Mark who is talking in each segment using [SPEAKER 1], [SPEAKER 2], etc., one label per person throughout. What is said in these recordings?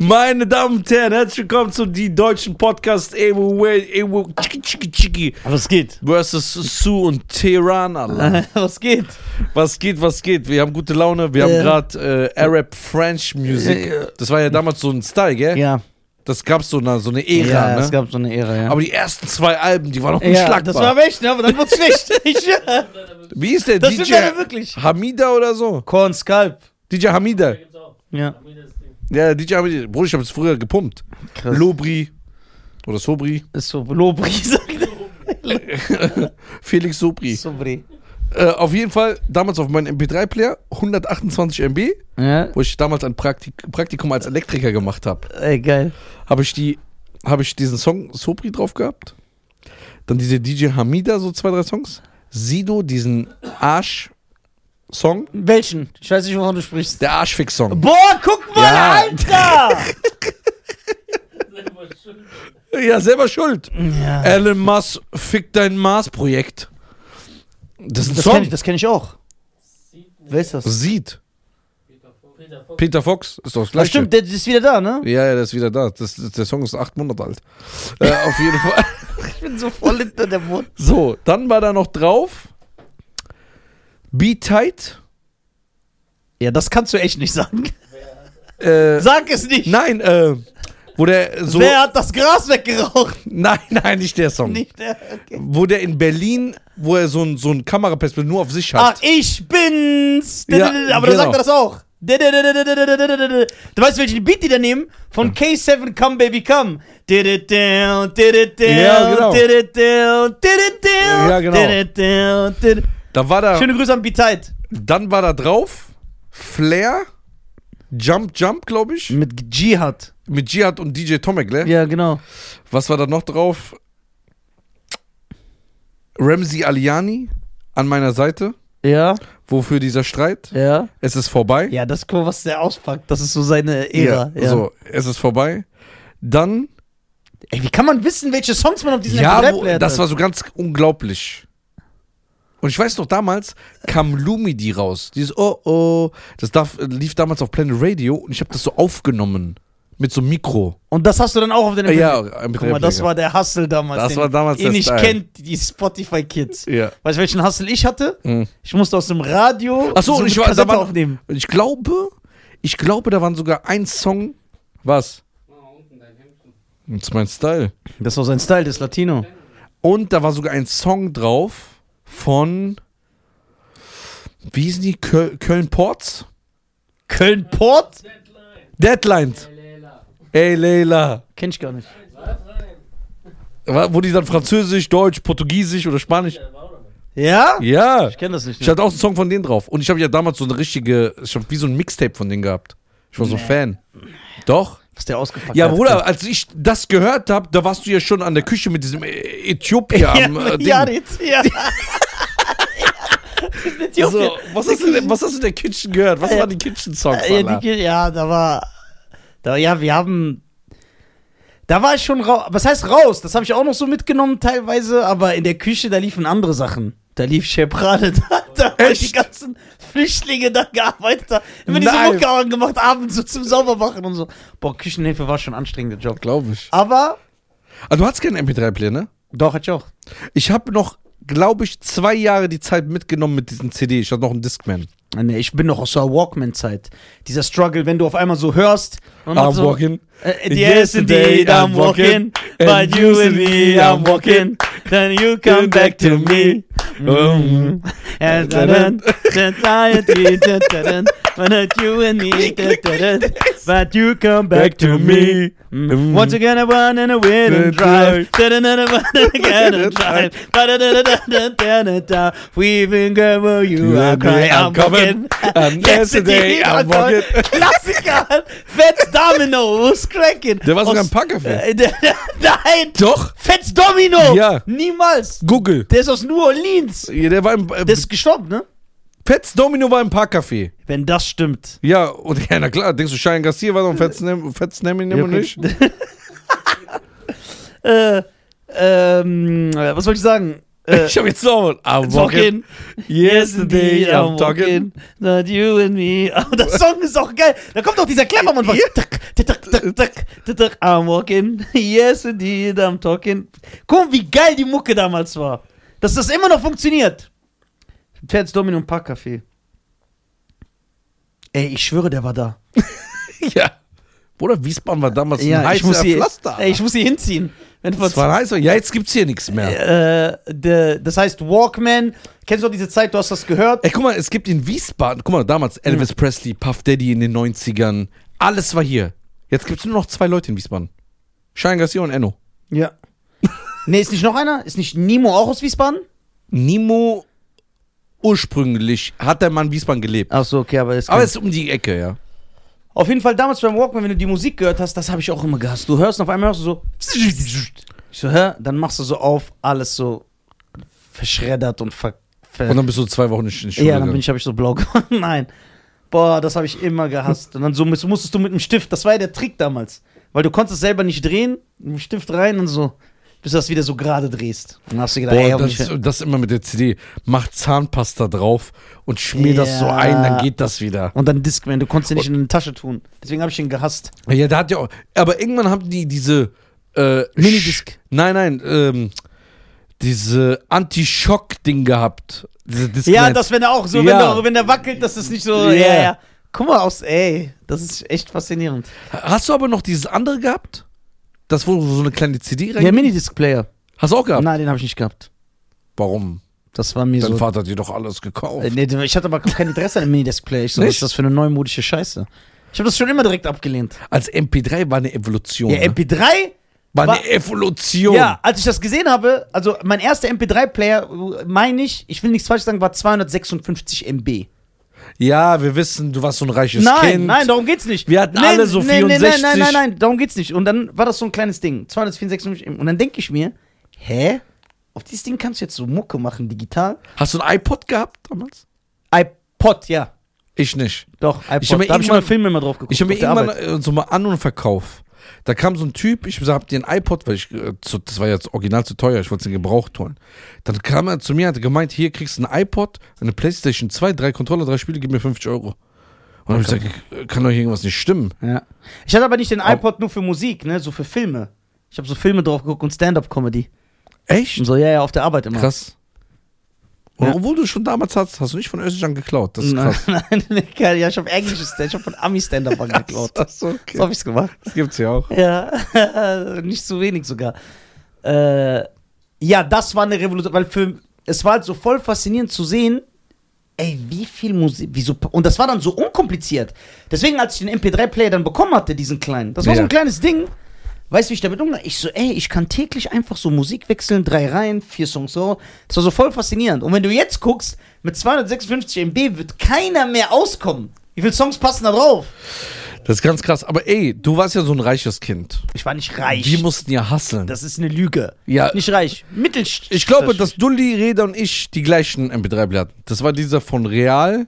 [SPEAKER 1] Meine Damen und Herren, herzlich willkommen zu die deutschen Podcast Ewo Ewo Chiki Chiki Chiki
[SPEAKER 2] Was geht?
[SPEAKER 1] versus Sue und Tehran. Allah.
[SPEAKER 2] Was geht?
[SPEAKER 1] Was geht, was geht? Wir haben gute Laune. Wir haben
[SPEAKER 2] Ja.
[SPEAKER 1] gerade äh, Arab French Music.
[SPEAKER 2] Ja.
[SPEAKER 1] Das war ja damals so ein Style, gell?
[SPEAKER 2] Ja.
[SPEAKER 1] Das gab so eine, so eine
[SPEAKER 2] ja,
[SPEAKER 1] Ära,
[SPEAKER 2] es
[SPEAKER 1] ne?
[SPEAKER 2] gab so eine Ära, ja.
[SPEAKER 1] Aber die ersten zwei Alben, die waren noch
[SPEAKER 2] ja,
[SPEAKER 1] unschlagbar.
[SPEAKER 2] das war echt, ne? Aber dann wurde schlecht. Ich schwöre.
[SPEAKER 1] Wie ist der
[SPEAKER 2] Das stimmt
[SPEAKER 1] DJ?
[SPEAKER 2] leider wirklich.
[SPEAKER 1] Hamida oder so?
[SPEAKER 2] Korn Skalp.
[SPEAKER 1] DJ Hamida.
[SPEAKER 2] Ja.
[SPEAKER 1] Ja, DJ Hamida. Bruder, ich habe es früher gepumpt.
[SPEAKER 2] Krass.
[SPEAKER 1] Lobri oder Sobri.
[SPEAKER 2] Ist so Lobri, sagt
[SPEAKER 1] Felix Sobri.
[SPEAKER 2] er. Sobri.
[SPEAKER 1] Äh, auf jeden Fall damals auf meinem MP3-Player 128 MB,
[SPEAKER 2] Ja.
[SPEAKER 1] wo ich damals ein Praktik Praktikum als Elektriker gemacht habe,
[SPEAKER 2] Ey, geil.
[SPEAKER 1] habe ich, die- hab ich diesen Song Sopri drauf gehabt. Dann diese DJ Hamida, so zwei, drei Songs. Sido, diesen Arsch-Song.
[SPEAKER 2] Welchen? Ich weiß nicht, wovon du sprichst.
[SPEAKER 1] Der Arschfix-Song.
[SPEAKER 2] Boah, guck mal,
[SPEAKER 1] Ja.
[SPEAKER 2] Alter!
[SPEAKER 1] Ja, selber schuld.
[SPEAKER 2] ja.
[SPEAKER 1] Alan Mars, fick dein Mars-Projekt. Das ist ein
[SPEAKER 2] das
[SPEAKER 1] Song.
[SPEAKER 2] kenne ich, das kenn ich auch. Wer ist das?
[SPEAKER 1] Sieht.
[SPEAKER 3] Peter Fox.
[SPEAKER 1] Peter Fox ist doch das
[SPEAKER 2] Ah,
[SPEAKER 1] gleiche.
[SPEAKER 2] stimmt, der ist wieder da, ne?
[SPEAKER 1] Ja, ja, der ist wieder da. Das, der Song ist acht Monate alt. äh, auf jeden Fall.
[SPEAKER 2] Ich bin so voll hinter der Mund.
[SPEAKER 1] So, dann war da noch drauf. Be tight.
[SPEAKER 2] Ja, das kannst du echt nicht sagen.
[SPEAKER 1] Äh,
[SPEAKER 2] Sag es nicht!
[SPEAKER 1] nein, äh, wo der so.
[SPEAKER 2] Wer hat das Gras weggeraucht?
[SPEAKER 1] Nein, nein, nicht der Song.
[SPEAKER 2] Nicht der. Okay.
[SPEAKER 1] Wo der in Berlin, wo er so ein, so ein Kameraperspektiv nur auf sich
[SPEAKER 2] Ach,
[SPEAKER 1] hat.
[SPEAKER 2] ich bin's!
[SPEAKER 1] Ja,
[SPEAKER 2] Aber da
[SPEAKER 1] genau.
[SPEAKER 2] sagt er das auch. Du weißt, welchen Beat die da nehmen? Von K7 Come Baby Come.
[SPEAKER 1] Ja, genau.
[SPEAKER 2] Ja,
[SPEAKER 1] Ja,
[SPEAKER 2] genau.
[SPEAKER 1] Da war da,
[SPEAKER 2] Schöne Grüße an Beat
[SPEAKER 1] dann war da drauf Flair, Jump Jump, glaube ich,
[SPEAKER 2] Mit Jihad.
[SPEAKER 1] mit Jihad und DJ Tomek, ne?
[SPEAKER 2] Ja, genau.
[SPEAKER 1] Was war da noch drauf? Ramsey Aliani an meiner Seite.
[SPEAKER 2] Ja,
[SPEAKER 1] Wofür dieser Streit?
[SPEAKER 2] ja.
[SPEAKER 1] Es ist vorbei.
[SPEAKER 2] Ja, das ist cool, was der auspackt. Das ist so seine Ära. Ja,
[SPEAKER 1] So, es ist vorbei. Dann
[SPEAKER 2] Ey, wie kann man wissen, welche Songs man auf diesem
[SPEAKER 1] Ja, wo,
[SPEAKER 2] MP3-Player hat?
[SPEAKER 1] das war so ganz unglaublich. Und ich weiß noch, damals kam Lumidi raus. Dieses Oh oh, das darf, lief damals auf Planet Radio und ich habe das so aufgenommen. Mit so einem Mikro.
[SPEAKER 2] Und das hast du dann auch auf deinem
[SPEAKER 1] Ja,
[SPEAKER 2] Guck mal, das war der Hustle damals.
[SPEAKER 1] Das
[SPEAKER 2] den
[SPEAKER 1] war damals
[SPEAKER 2] ihr
[SPEAKER 1] der
[SPEAKER 2] nicht
[SPEAKER 1] Style.
[SPEAKER 2] kennt, die Spotify Kids.
[SPEAKER 1] Ja.
[SPEAKER 2] Weißt du, welchen Hustle ich hatte?
[SPEAKER 1] Mhm.
[SPEAKER 2] Ich musste aus dem Radio
[SPEAKER 1] Ach so, und
[SPEAKER 2] eine
[SPEAKER 1] ich war- da
[SPEAKER 2] Kassette
[SPEAKER 1] war-
[SPEAKER 2] aufnehmen.
[SPEAKER 1] Ich glaube, ich glaube, da waren sogar ein Song. Was? Das ist mein Style.
[SPEAKER 2] Das war sein Style, das Latino.
[SPEAKER 1] Und da war sogar ein Song drauf von. Wie hießen die? Köl- Köln-Ports?
[SPEAKER 2] Köln-Port?
[SPEAKER 1] Deadlined. Ey, Leila.
[SPEAKER 2] Kenn ich gar nicht.
[SPEAKER 1] Wa- Wo die dann Französisch, Deutsch, Portugiesisch oder Spanisch.
[SPEAKER 2] Ja?
[SPEAKER 1] Ja.
[SPEAKER 2] Ich kenn das nicht. ne?
[SPEAKER 1] Ich hatte auch einen Song von denen drauf. Und ich habe ja damals so eine richtige, ich habe wie so ein Mixtape von denen gehabt. Ich war so Fan. Doch.
[SPEAKER 2] was der ausgepackt
[SPEAKER 1] Ja,
[SPEAKER 2] hat.
[SPEAKER 1] Bruder, als ich das gehört habe, da warst du ja schon an der Küche mit diesem Ä- Äthiopier am äh, Ding.
[SPEAKER 2] ja, jetzt, ja.
[SPEAKER 1] also, was, hast du, denn- was hast du in der Kitchen gehört? Was
[SPEAKER 2] Ja.
[SPEAKER 1] waren die Kitchen-Songs?
[SPEAKER 2] Äh, Ja,
[SPEAKER 1] Alter?
[SPEAKER 2] die, Kir- ja, da war. Da, ja, wir haben. Da war ich schon raus. Was heißt raus? Das habe ich auch noch so mitgenommen teilweise, aber in der Küche, da liefen andere Sachen. Da lief Scheprade, da, da haben die
[SPEAKER 1] Echt?
[SPEAKER 2] ganzen Flüchtlinge da gearbeitet. Da immer diese
[SPEAKER 1] Nein.
[SPEAKER 2] Mucke auch gemacht, abends so zum Saubermachen und so. Boah, Küchenhilfe war schon ein anstrengender Job.
[SPEAKER 1] Glaube ich.
[SPEAKER 2] Aber,
[SPEAKER 1] Also, du hattest keinen MP3-Player, ne?
[SPEAKER 2] doch, hatte ich auch.
[SPEAKER 1] Ich habe noch, glaube ich, zwei Jahre die Zeit mitgenommen mit diesen CD. Ich hatte noch einen Discman.
[SPEAKER 2] Nee, ich bin noch aus der Walkman-Zeit. Dieser Struggle, wenn du auf einmal so hörst. Und
[SPEAKER 1] I'm
[SPEAKER 2] so,
[SPEAKER 1] walking.
[SPEAKER 2] Äh, yes,
[SPEAKER 1] Yesterday,
[SPEAKER 2] indeed, I'm walking. But you and me, I'm walking. Then you come back to me.
[SPEAKER 1] Ähm,
[SPEAKER 2] Mm, And then, then I did, did, did, did, but you and me, did, did, did, but you come back to me. Mm. Once again, I run and I win and drive. Did it, did it, run and again and drive. Da, da, da, da, da, da, da, da, da. Weaving girl, you are crying. I'm walking.
[SPEAKER 1] And yesterday, I'm walking.
[SPEAKER 2] Klassiker! Fats Domino, who's cracking?
[SPEAKER 1] Der war sogar
[SPEAKER 2] Aus-
[SPEAKER 1] ein Punkerfan.
[SPEAKER 2] Äh, der- Nein!
[SPEAKER 1] Doch,
[SPEAKER 2] Fats Domino!
[SPEAKER 1] Ja.
[SPEAKER 2] Niemals!
[SPEAKER 1] Google.
[SPEAKER 2] Der ist aus New Orleans!
[SPEAKER 1] Ja, der war im. Äh,
[SPEAKER 2] Der ist gestorben, ne?
[SPEAKER 1] Fetz Domino war im Parkcafé.
[SPEAKER 2] Wenn das stimmt.
[SPEAKER 1] Ja, und ja, na klar, denkst du, Schein Gassier war noch ein Fetz Nem- Fetz Nemin immer nicht?
[SPEAKER 2] äh, ähm, äh, was wollte ich sagen? Äh,
[SPEAKER 1] ich hab jetzt noch einen. I'm walking.
[SPEAKER 2] Talking.
[SPEAKER 1] Yesterday, I'm talking.
[SPEAKER 2] Not you and me. Aber der Song ist auch geil. Da kommt auch dieser Klemmermann von. Tick, tick, tick, tick, tick, tick. I'm walking. Yes, indeed, I'm talking. Guck, wie geil die Mucke damals war. Dass das immer noch funktioniert. Fans Domino und Parkcafé. Ey, ich schwöre, der war da.
[SPEAKER 1] Ja. Bruder, Wiesbaden war damals ein
[SPEAKER 2] ich muss
[SPEAKER 1] heißer
[SPEAKER 2] sie,
[SPEAKER 1] Pflaster.
[SPEAKER 2] Ey, ich muss sie hinziehen. Wenn du
[SPEAKER 1] das war ein heißer. Ja, jetzt gibt's hier nichts mehr.
[SPEAKER 2] äh, de, das heißt Walkman. Kennst du auch diese Zeit, du hast das gehört?
[SPEAKER 1] Ey, guck mal, es gibt in Wiesbaden, guck mal,
[SPEAKER 2] Hm.
[SPEAKER 1] damals Elvis Presley, Puff Daddy in den 90ern, alles war hier. Jetzt gibt's nur noch zwei Leute in Wiesbaden. Schein Garcia und Enno.
[SPEAKER 2] Ja. nee, ist nicht noch einer? Ist nicht Nimo auch aus Wiesbaden?
[SPEAKER 1] Nimo ursprünglich hat der Mann Wiesbaden gelebt.
[SPEAKER 2] Ach so, okay, aber ist
[SPEAKER 1] Aber es ist um die Ecke, ja.
[SPEAKER 2] Auf jeden Fall damals beim Walkman, wenn du die Musik gehört hast, das habe ich auch immer gehasst. Du hörst und auf einmal hörst du so. Ich so, hä? Dann machst du so auf, alles so verschreddert und ver. ver
[SPEAKER 1] Und dann bist du zwei Wochen nicht in die Schule.
[SPEAKER 2] ja, dann bin ich, habe ich so blau gemacht. Nein. Boah, das habe ich immer gehasst. Und dann so mit- musstest du mit dem Stift, das war ja der Trick damals. Weil du konntest selber nicht drehen, mit dem Stift rein und so, bis du das wieder so gerade drehst. Dann hast du gedacht, ey,
[SPEAKER 1] Boah,
[SPEAKER 2] hab
[SPEAKER 1] das,
[SPEAKER 2] mich
[SPEAKER 1] ist- das immer mit der CD. Mach Zahnpasta drauf und schmier das so
[SPEAKER 2] Ja.
[SPEAKER 1] ein, dann geht das wieder.
[SPEAKER 2] Und dann Discman, du konntest ihn nicht in eine Tasche tun. Deswegen habe ich ihn gehasst.
[SPEAKER 1] Ja, da hat ja auch. Aber irgendwann haben die diese. Äh,
[SPEAKER 2] Minidisc.
[SPEAKER 1] Sch- Nein, nein, ähm, diese Anti-Schock-Ding gehabt. Diese Disc
[SPEAKER 2] Ja, das, wenn er auch so, wenn,
[SPEAKER 1] Ja.
[SPEAKER 2] der, wenn der wackelt, das ist nicht so. Ja,
[SPEAKER 1] Ja.
[SPEAKER 2] ja. Guck mal aus, ey. Das ist echt faszinierend.
[SPEAKER 1] Hast du aber noch dieses andere gehabt? Das, wo so eine kleine CD rein.
[SPEAKER 2] Der Minidisc-Player.
[SPEAKER 1] Hast du auch gehabt?
[SPEAKER 2] Nein, den habe ich nicht gehabt.
[SPEAKER 1] Warum?
[SPEAKER 2] Das war mir
[SPEAKER 1] Dein
[SPEAKER 2] so.
[SPEAKER 1] Vater hat dir doch alles gekauft.
[SPEAKER 2] Äh, nee, ich hatte aber kein Interesse an dem Minidisc-Player. Ich so, was
[SPEAKER 1] Nicht?
[SPEAKER 2] ist das für eine neumodische Scheiße? Ich habe das schon immer direkt abgelehnt.
[SPEAKER 1] Als MP3 war eine Evolution.
[SPEAKER 2] Ja,
[SPEAKER 1] ne?
[SPEAKER 2] MP3?
[SPEAKER 1] war
[SPEAKER 2] wa-
[SPEAKER 1] eine Evolution.
[SPEAKER 2] Ja, als ich das gesehen habe, also mein erster MP3-Player, meine ich, ich will nichts falsch sagen, war 256 MB.
[SPEAKER 1] ja, wir wissen, du warst so ein reiches
[SPEAKER 2] Nein,
[SPEAKER 1] Kind.
[SPEAKER 2] nein, darum geht's nicht.
[SPEAKER 1] Wir hatten
[SPEAKER 2] nein,
[SPEAKER 1] alle so
[SPEAKER 2] nein, Nein, nein,
[SPEAKER 1] 64.
[SPEAKER 2] nein, nein, nein, darum geht's nicht. Und dann war das so ein kleines Ding. 256. Und dann denke ich mir, hä? Auf dieses Ding kannst du jetzt so Mucke machen, digital?
[SPEAKER 1] Hast du ein iPod gehabt damals?
[SPEAKER 2] iPod, ja.
[SPEAKER 1] Ich nicht.
[SPEAKER 2] Doch, iPod.
[SPEAKER 1] hab mir
[SPEAKER 2] da hab ich
[SPEAKER 1] irgendwann-
[SPEAKER 2] mal Filme immer drauf geguckt.
[SPEAKER 1] Ich habe mir
[SPEAKER 2] auf der
[SPEAKER 1] irgendwann
[SPEAKER 2] Arbeit.
[SPEAKER 1] äh, so mal an und verkauf. Da kam so ein Typ, ich sag, habt ihr ein iPod, weil ich, äh, zu, das war jetzt original zu teuer, ich wollte es in gebraucht holen. Dann kam er zu mir, hat gemeint, hier kriegst du ein iPod, eine Playstation 2, drei Controller, drei Spiele, gib mir 50 Euro. Und dann hab ich gesagt, äh, kann doch hier irgendwas nicht stimmen.
[SPEAKER 2] Ja. Ich hatte aber nicht den iPod nur für Musik, ne, so für Filme. Ich habe so Filme drauf geguckt und Stand-Up-Comedy. Und
[SPEAKER 1] Echt?
[SPEAKER 2] so, ja, ja, auf der Arbeit immer.
[SPEAKER 1] Krass. Und
[SPEAKER 2] Ja.
[SPEAKER 1] obwohl du schon damals hast, hast du nicht von Özcan geklaut. Das ist
[SPEAKER 2] Nein,
[SPEAKER 1] krass.
[SPEAKER 2] nein, nein, geil. ja, ich habe englisches Stand, ich habe von Ami Stand-Up angeklaut.
[SPEAKER 1] Das,
[SPEAKER 2] So habe ich's gemacht.
[SPEAKER 1] das gibt's ja auch.
[SPEAKER 2] Ja, nicht zu wenig sogar. Äh, ja, das war eine Revolution, weil für, es war halt so voll faszinierend zu sehen, ey, wie viel Musik, wieso, und das war dann so unkompliziert. Deswegen, als ich den MP3-Player dann bekommen hatte, diesen kleinen, das war so ein
[SPEAKER 1] Ja.
[SPEAKER 2] kleines Ding, weißt du, wie ich damit umgehe? Ich so, ey, ich kann täglich einfach so Musik wechseln, drei Reihen, vier Songs so. Das war so voll faszinierend. Und wenn du jetzt guckst, mit 256 MB wird keiner mehr auskommen. Wie viele Songs passen da drauf?
[SPEAKER 1] Das ist ganz krass. Aber ey, du warst ja so ein reiches Kind.
[SPEAKER 2] Ich war nicht reich.
[SPEAKER 1] Wir mussten ja hasseln.
[SPEAKER 2] Das ist eine Lüge.
[SPEAKER 1] Ja.
[SPEAKER 2] Nicht reich. Mittel.
[SPEAKER 1] Ich glaube, dass Dulli, Reda und ich die gleichen MP3-Player hatten. Das war dieser von Real,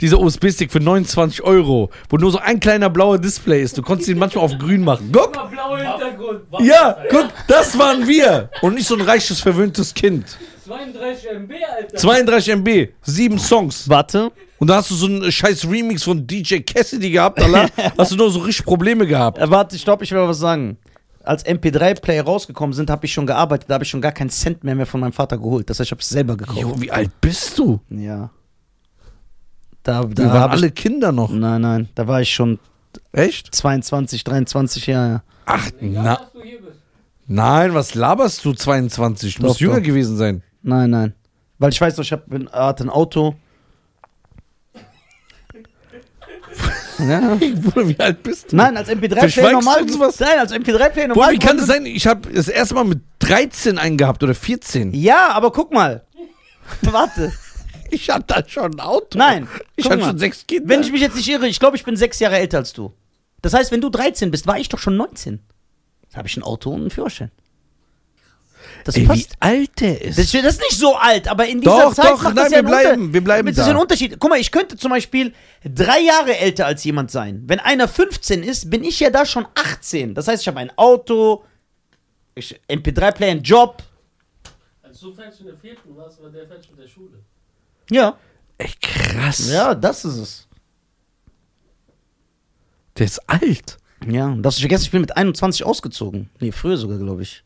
[SPEAKER 1] dieser USB-Stick für 29 Euro, wo nur so ein kleiner blauer Display ist. Du konntest ihn manchmal auf grün machen. Guck!
[SPEAKER 4] Blauer Hintergrund. Warte,
[SPEAKER 1] Ja,
[SPEAKER 4] Alter.
[SPEAKER 1] guck, das waren wir. Und nicht so ein reiches, verwöhntes Kind.
[SPEAKER 4] 32 MB, Alter.
[SPEAKER 1] 32 MB, sieben Songs.
[SPEAKER 2] Warte.
[SPEAKER 1] Und da hast du so einen scheiß Remix von DJ Cassidy gehabt, Alter. Hast du nur so richtig Probleme gehabt.
[SPEAKER 2] Äh, Warte, stopp, ich will mal was sagen. Als MP3-Player rausgekommen sind, habe ich schon gearbeitet, da habe ich schon gar keinen Cent mehr, mehr von meinem Vater geholt. Das heißt, ich habe es selber gekauft.
[SPEAKER 1] Jo, wie alt bist du?
[SPEAKER 2] Ja. Da,
[SPEAKER 1] Wir
[SPEAKER 2] da
[SPEAKER 1] waren
[SPEAKER 2] hab
[SPEAKER 1] alle Kinder noch.
[SPEAKER 2] Ich, nein, nein, da war ich schon
[SPEAKER 1] Echt?
[SPEAKER 2] 22, 23 Jahre.
[SPEAKER 1] Ach,
[SPEAKER 4] Egal,
[SPEAKER 1] na,
[SPEAKER 4] dass du hier bist.
[SPEAKER 1] nein, was laberst du 22? Du
[SPEAKER 2] Doch,
[SPEAKER 1] musst jünger
[SPEAKER 2] doch.
[SPEAKER 1] gewesen sein.
[SPEAKER 2] Nein, nein. Weil ich weiß noch, ich hab, bin- hatte ein Auto. ja.
[SPEAKER 1] Bruder, wie alt bist du?
[SPEAKER 2] Nein, als MP3-Player
[SPEAKER 1] Verschweigst
[SPEAKER 2] normal.
[SPEAKER 1] du sowas?
[SPEAKER 2] Nein, als MP3-Player normal.
[SPEAKER 1] Boah, wie kann
[SPEAKER 2] konnte-
[SPEAKER 1] das sein? Ich habe das erste Mal mit 13 einen gehabt oder 14.
[SPEAKER 2] Ja, aber guck mal. Warte.
[SPEAKER 1] Ich hatte da schon ein Auto.
[SPEAKER 2] Nein,
[SPEAKER 1] Ich
[SPEAKER 2] guck
[SPEAKER 1] hatte
[SPEAKER 2] mal.
[SPEAKER 1] schon sechs Kinder.
[SPEAKER 2] Wenn ich mich jetzt nicht irre, ich glaube, ich bin sechs Jahre älter als du. Das heißt, wenn du 13 bist, war ich doch schon 19. Da habe ich ein Auto und einen Führerschein. Das
[SPEAKER 1] Ey, wie
[SPEAKER 2] passt.
[SPEAKER 1] alt der ist.
[SPEAKER 2] Das ist, das ist nicht so alt, aber in dieser
[SPEAKER 1] Doch,
[SPEAKER 2] Zeit
[SPEAKER 1] doch,
[SPEAKER 2] macht
[SPEAKER 1] nein,
[SPEAKER 2] das ja
[SPEAKER 1] wir
[SPEAKER 2] einen Unter-
[SPEAKER 1] bleiben, wir bleiben
[SPEAKER 2] Das ist
[SPEAKER 1] da.
[SPEAKER 2] ein Unterschied. Guck mal, ich könnte zum Beispiel drei Jahre älter als jemand sein. Wenn einer 15 ist, bin ich ja da schon 18. Das heißt, ich habe ein Auto, ich- MP3-Player, einen Job.
[SPEAKER 4] Als Als du fertig in der vierten warst, war der fertig mit der Schule.
[SPEAKER 2] Ja.
[SPEAKER 1] Echt krass.
[SPEAKER 2] Ja, das ist es.
[SPEAKER 1] Der ist alt.
[SPEAKER 2] Ja, und darfst nicht vergessen, ich bin mit 21 ausgezogen. Nee, früher sogar, glaube ich.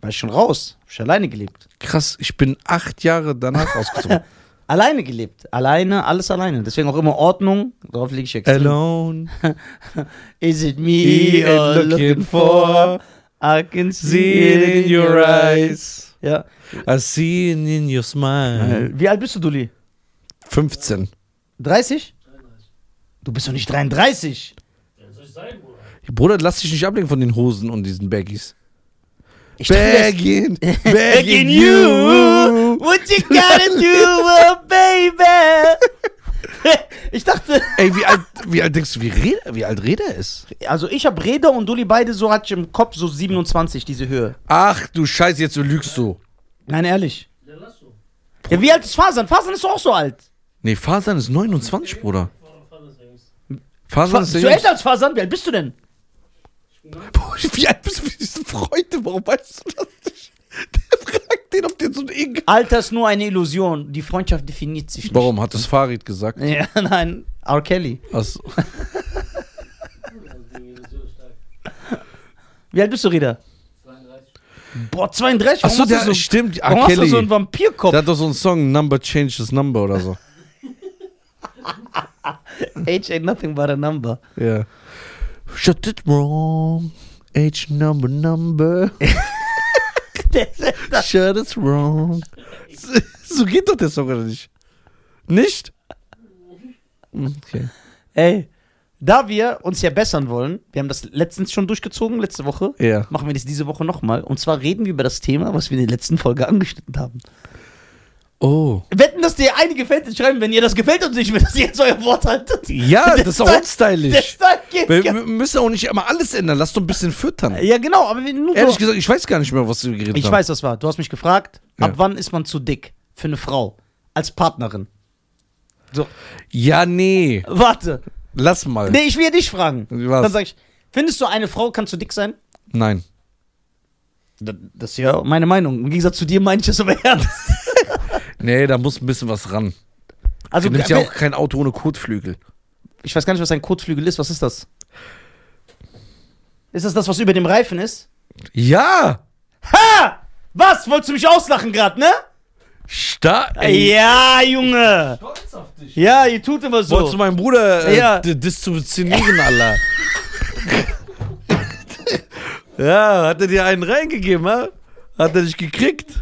[SPEAKER 2] War ich schon raus. Hab ich alleine gelebt.
[SPEAKER 1] Krass, ich bin acht Jahre danach ausgezogen.
[SPEAKER 2] Alleine gelebt. Alleine, alles alleine. Deswegen auch immer Ordnung. Darauf lege ich extrem.
[SPEAKER 1] Alone.
[SPEAKER 2] Is it me
[SPEAKER 1] He
[SPEAKER 2] you're
[SPEAKER 1] ain't looking
[SPEAKER 2] looking for? I can see it in your eyes. Ja.
[SPEAKER 1] I see it in your smile.
[SPEAKER 2] Wie alt bist du, Dulli?
[SPEAKER 1] 15.
[SPEAKER 2] 30?
[SPEAKER 4] 33.
[SPEAKER 2] Du bist doch nicht 33.
[SPEAKER 4] Ja, soll ich sein, Bruder?
[SPEAKER 1] Bruder, lass dich nicht ablenken von den Hosen und diesen Baggies.
[SPEAKER 2] Ich
[SPEAKER 1] Bagging,
[SPEAKER 2] Begging you, what you gotta do, oh baby. Ich dachte,
[SPEAKER 1] Ey, wie alt, wie alt denkst du, wie, red, wie alt Reda ist?
[SPEAKER 2] also ich habe Reda und Dulli beide so hatte ich im Kopf so 27 diese Höhe.
[SPEAKER 1] Ach du Scheiße, jetzt lügst du.
[SPEAKER 2] Nein, ehrlich.
[SPEAKER 4] Ja, lass so.
[SPEAKER 2] Ja, wie alt ist Fasan? Fasan ist doch auch so alt.
[SPEAKER 1] Nee, Fasan ist 29, Bruder.
[SPEAKER 4] Warum fahren das eigentlich?
[SPEAKER 1] Fasan
[SPEAKER 2] Fa
[SPEAKER 1] ist der
[SPEAKER 2] so älter als Fasan? Wie alt bist du denn?
[SPEAKER 1] Jüngste. Wie alt bist du für diese Freude? Warum weißt du das nicht? Der fragt den, ob der so ein Ing.
[SPEAKER 2] Alter ist nur eine Illusion. Die Freundschaft definiert sich nicht.
[SPEAKER 1] Warum? Hat das Farid gesagt?
[SPEAKER 2] Ja, nein. R. Kelly.
[SPEAKER 1] Also,
[SPEAKER 4] Das Ding ist so stark.
[SPEAKER 2] Wie alt bist du, Reda?
[SPEAKER 4] 32.
[SPEAKER 2] Boah, 32. Warum
[SPEAKER 1] achso,
[SPEAKER 2] hast du
[SPEAKER 1] der
[SPEAKER 2] so,
[SPEAKER 1] stimmt.
[SPEAKER 2] warum
[SPEAKER 1] R.
[SPEAKER 2] hast du so einen
[SPEAKER 1] Kelly.
[SPEAKER 2] Vampirkopf?
[SPEAKER 1] Der hat doch so einen Song, Number Changes Number oder so.
[SPEAKER 2] Age ain't nothing but a number.
[SPEAKER 1] Ja. Shut it wrong. Age number number. Shut it wrong. So, so geht doch der Song oder nicht? Nicht? Okay.
[SPEAKER 2] Ey, da wir uns ja bessern wollen, wir haben das letztens schon durchgezogen, letzte Woche,
[SPEAKER 1] Ja.
[SPEAKER 2] machen wir das diese Woche nochmal. Und zwar reden wir über das Thema, was wir in der letzten Folge angeschnitten haben.
[SPEAKER 1] Oh.
[SPEAKER 2] Wetten, dass dir eine gefällt, dann schreiben, wenn ihr das gefällt und nicht, wenn das jetzt euer Wort haltet.
[SPEAKER 1] Ja, das ist auch
[SPEAKER 2] Der
[SPEAKER 1] unstylisch.
[SPEAKER 2] Style geht
[SPEAKER 1] Wir,
[SPEAKER 2] gar-
[SPEAKER 1] wir müssen auch nicht immer alles ändern. Lass doch ein bisschen füttern.
[SPEAKER 2] Ja, genau, aber wir nur
[SPEAKER 1] Ehrlich
[SPEAKER 2] so.
[SPEAKER 1] gesagt, ich weiß gar nicht mehr, was wir geredet
[SPEAKER 2] Ich
[SPEAKER 1] haben.
[SPEAKER 2] weiß, das war. Du hast mich gefragt, ab
[SPEAKER 1] Ja.
[SPEAKER 2] wann ist man zu dick für eine Frau? Als Partnerin. So,
[SPEAKER 1] Ja, nee.
[SPEAKER 2] warte.
[SPEAKER 1] Lass mal.
[SPEAKER 2] Nee, ich will ja dich fragen.
[SPEAKER 1] Was?
[SPEAKER 2] Dann sag ich, findest du, eine Frau kann zu dick sein?
[SPEAKER 1] Nein.
[SPEAKER 2] Das, das ist ja meine Meinung. Im Gegensatz zu dir meine ich das aber ernst.
[SPEAKER 1] Nee, da muss ein bisschen was ran.
[SPEAKER 2] Also,
[SPEAKER 1] Du nimmst ja
[SPEAKER 2] wer-
[SPEAKER 1] auch kein Auto ohne Kotflügel.
[SPEAKER 2] ich weiß gar nicht, was ein Kotflügel ist. Was ist das? Ist das das, was über dem Reifen ist?
[SPEAKER 1] Ja!
[SPEAKER 2] Ha! Was? Wolltest du mich auslachen gerade, ne?
[SPEAKER 1] Stark.
[SPEAKER 2] Ja, Junge!
[SPEAKER 4] Stolz auf dich.
[SPEAKER 2] Ja, ihr tut immer so.
[SPEAKER 1] Wolltest du meinen Bruder äh,
[SPEAKER 2] Ja.
[SPEAKER 1] d- dissoziieren, Alter? ja, hat er dir einen reingegeben, ha? Hat er dich gekriegt?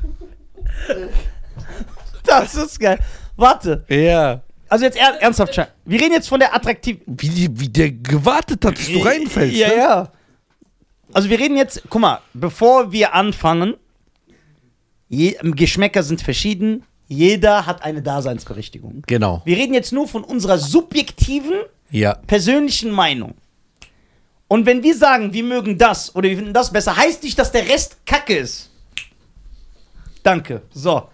[SPEAKER 2] das ist geil. Warte.
[SPEAKER 1] Ja.
[SPEAKER 2] Also jetzt er ernsthaft, Scha- wir reden jetzt von der attraktiv.
[SPEAKER 1] Wie, die- wie der gewartet hat, dass du reinfällst.
[SPEAKER 2] Ja,
[SPEAKER 1] ne?
[SPEAKER 2] ja. Also wir reden jetzt, guck mal, bevor wir anfangen, je, Geschmäcker sind verschieden, jeder hat eine Daseinsberechtigung.
[SPEAKER 1] Genau.
[SPEAKER 2] Wir reden jetzt nur von unserer subjektiven,
[SPEAKER 1] Ja.
[SPEAKER 2] persönlichen Meinung. Und wenn wir sagen, wir mögen das oder wir finden das besser, heißt nicht, dass der Rest Kacke ist. Danke. So.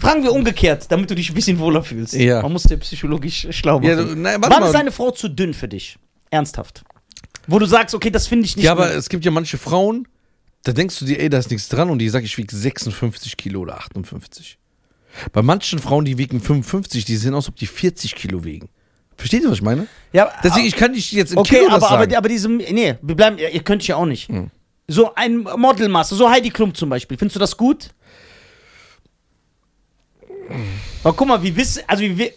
[SPEAKER 2] Fragen wir umgekehrt, damit du dich ein bisschen wohler fühlst.
[SPEAKER 1] Ja.
[SPEAKER 2] Man muss dir psychologisch schlau machen.
[SPEAKER 1] Ja, du- nein, warte
[SPEAKER 2] Wann
[SPEAKER 1] mal.
[SPEAKER 2] ist eine Frau zu dünn für dich? Ernsthaft. Wo du sagst, okay, das finde ich nicht.
[SPEAKER 1] Ja, aber
[SPEAKER 2] mehr.
[SPEAKER 1] es gibt ja manche Frauen, da denkst du dir, ey, da ist nichts dran und die sagt, ich wiege 56 Kilo oder 58. Bei manchen Frauen, die wiegen 55, die sehen aus, ob die 40 Kilo wiegen. Versteht ihr, was ich meine?
[SPEAKER 2] ja,
[SPEAKER 1] Deswegen, ich kann nicht jetzt in
[SPEAKER 2] Okay,
[SPEAKER 1] Kilo das
[SPEAKER 2] aber,
[SPEAKER 1] sagen. Hm.
[SPEAKER 2] aber, aber diese. Nee, wir bleiben. Ihr könnt ja auch nicht. So ein Modelmaster, so Heidi Klum zum Beispiel. Findest du das gut? Aber guck mal, wir wissen. Also, wir, wi-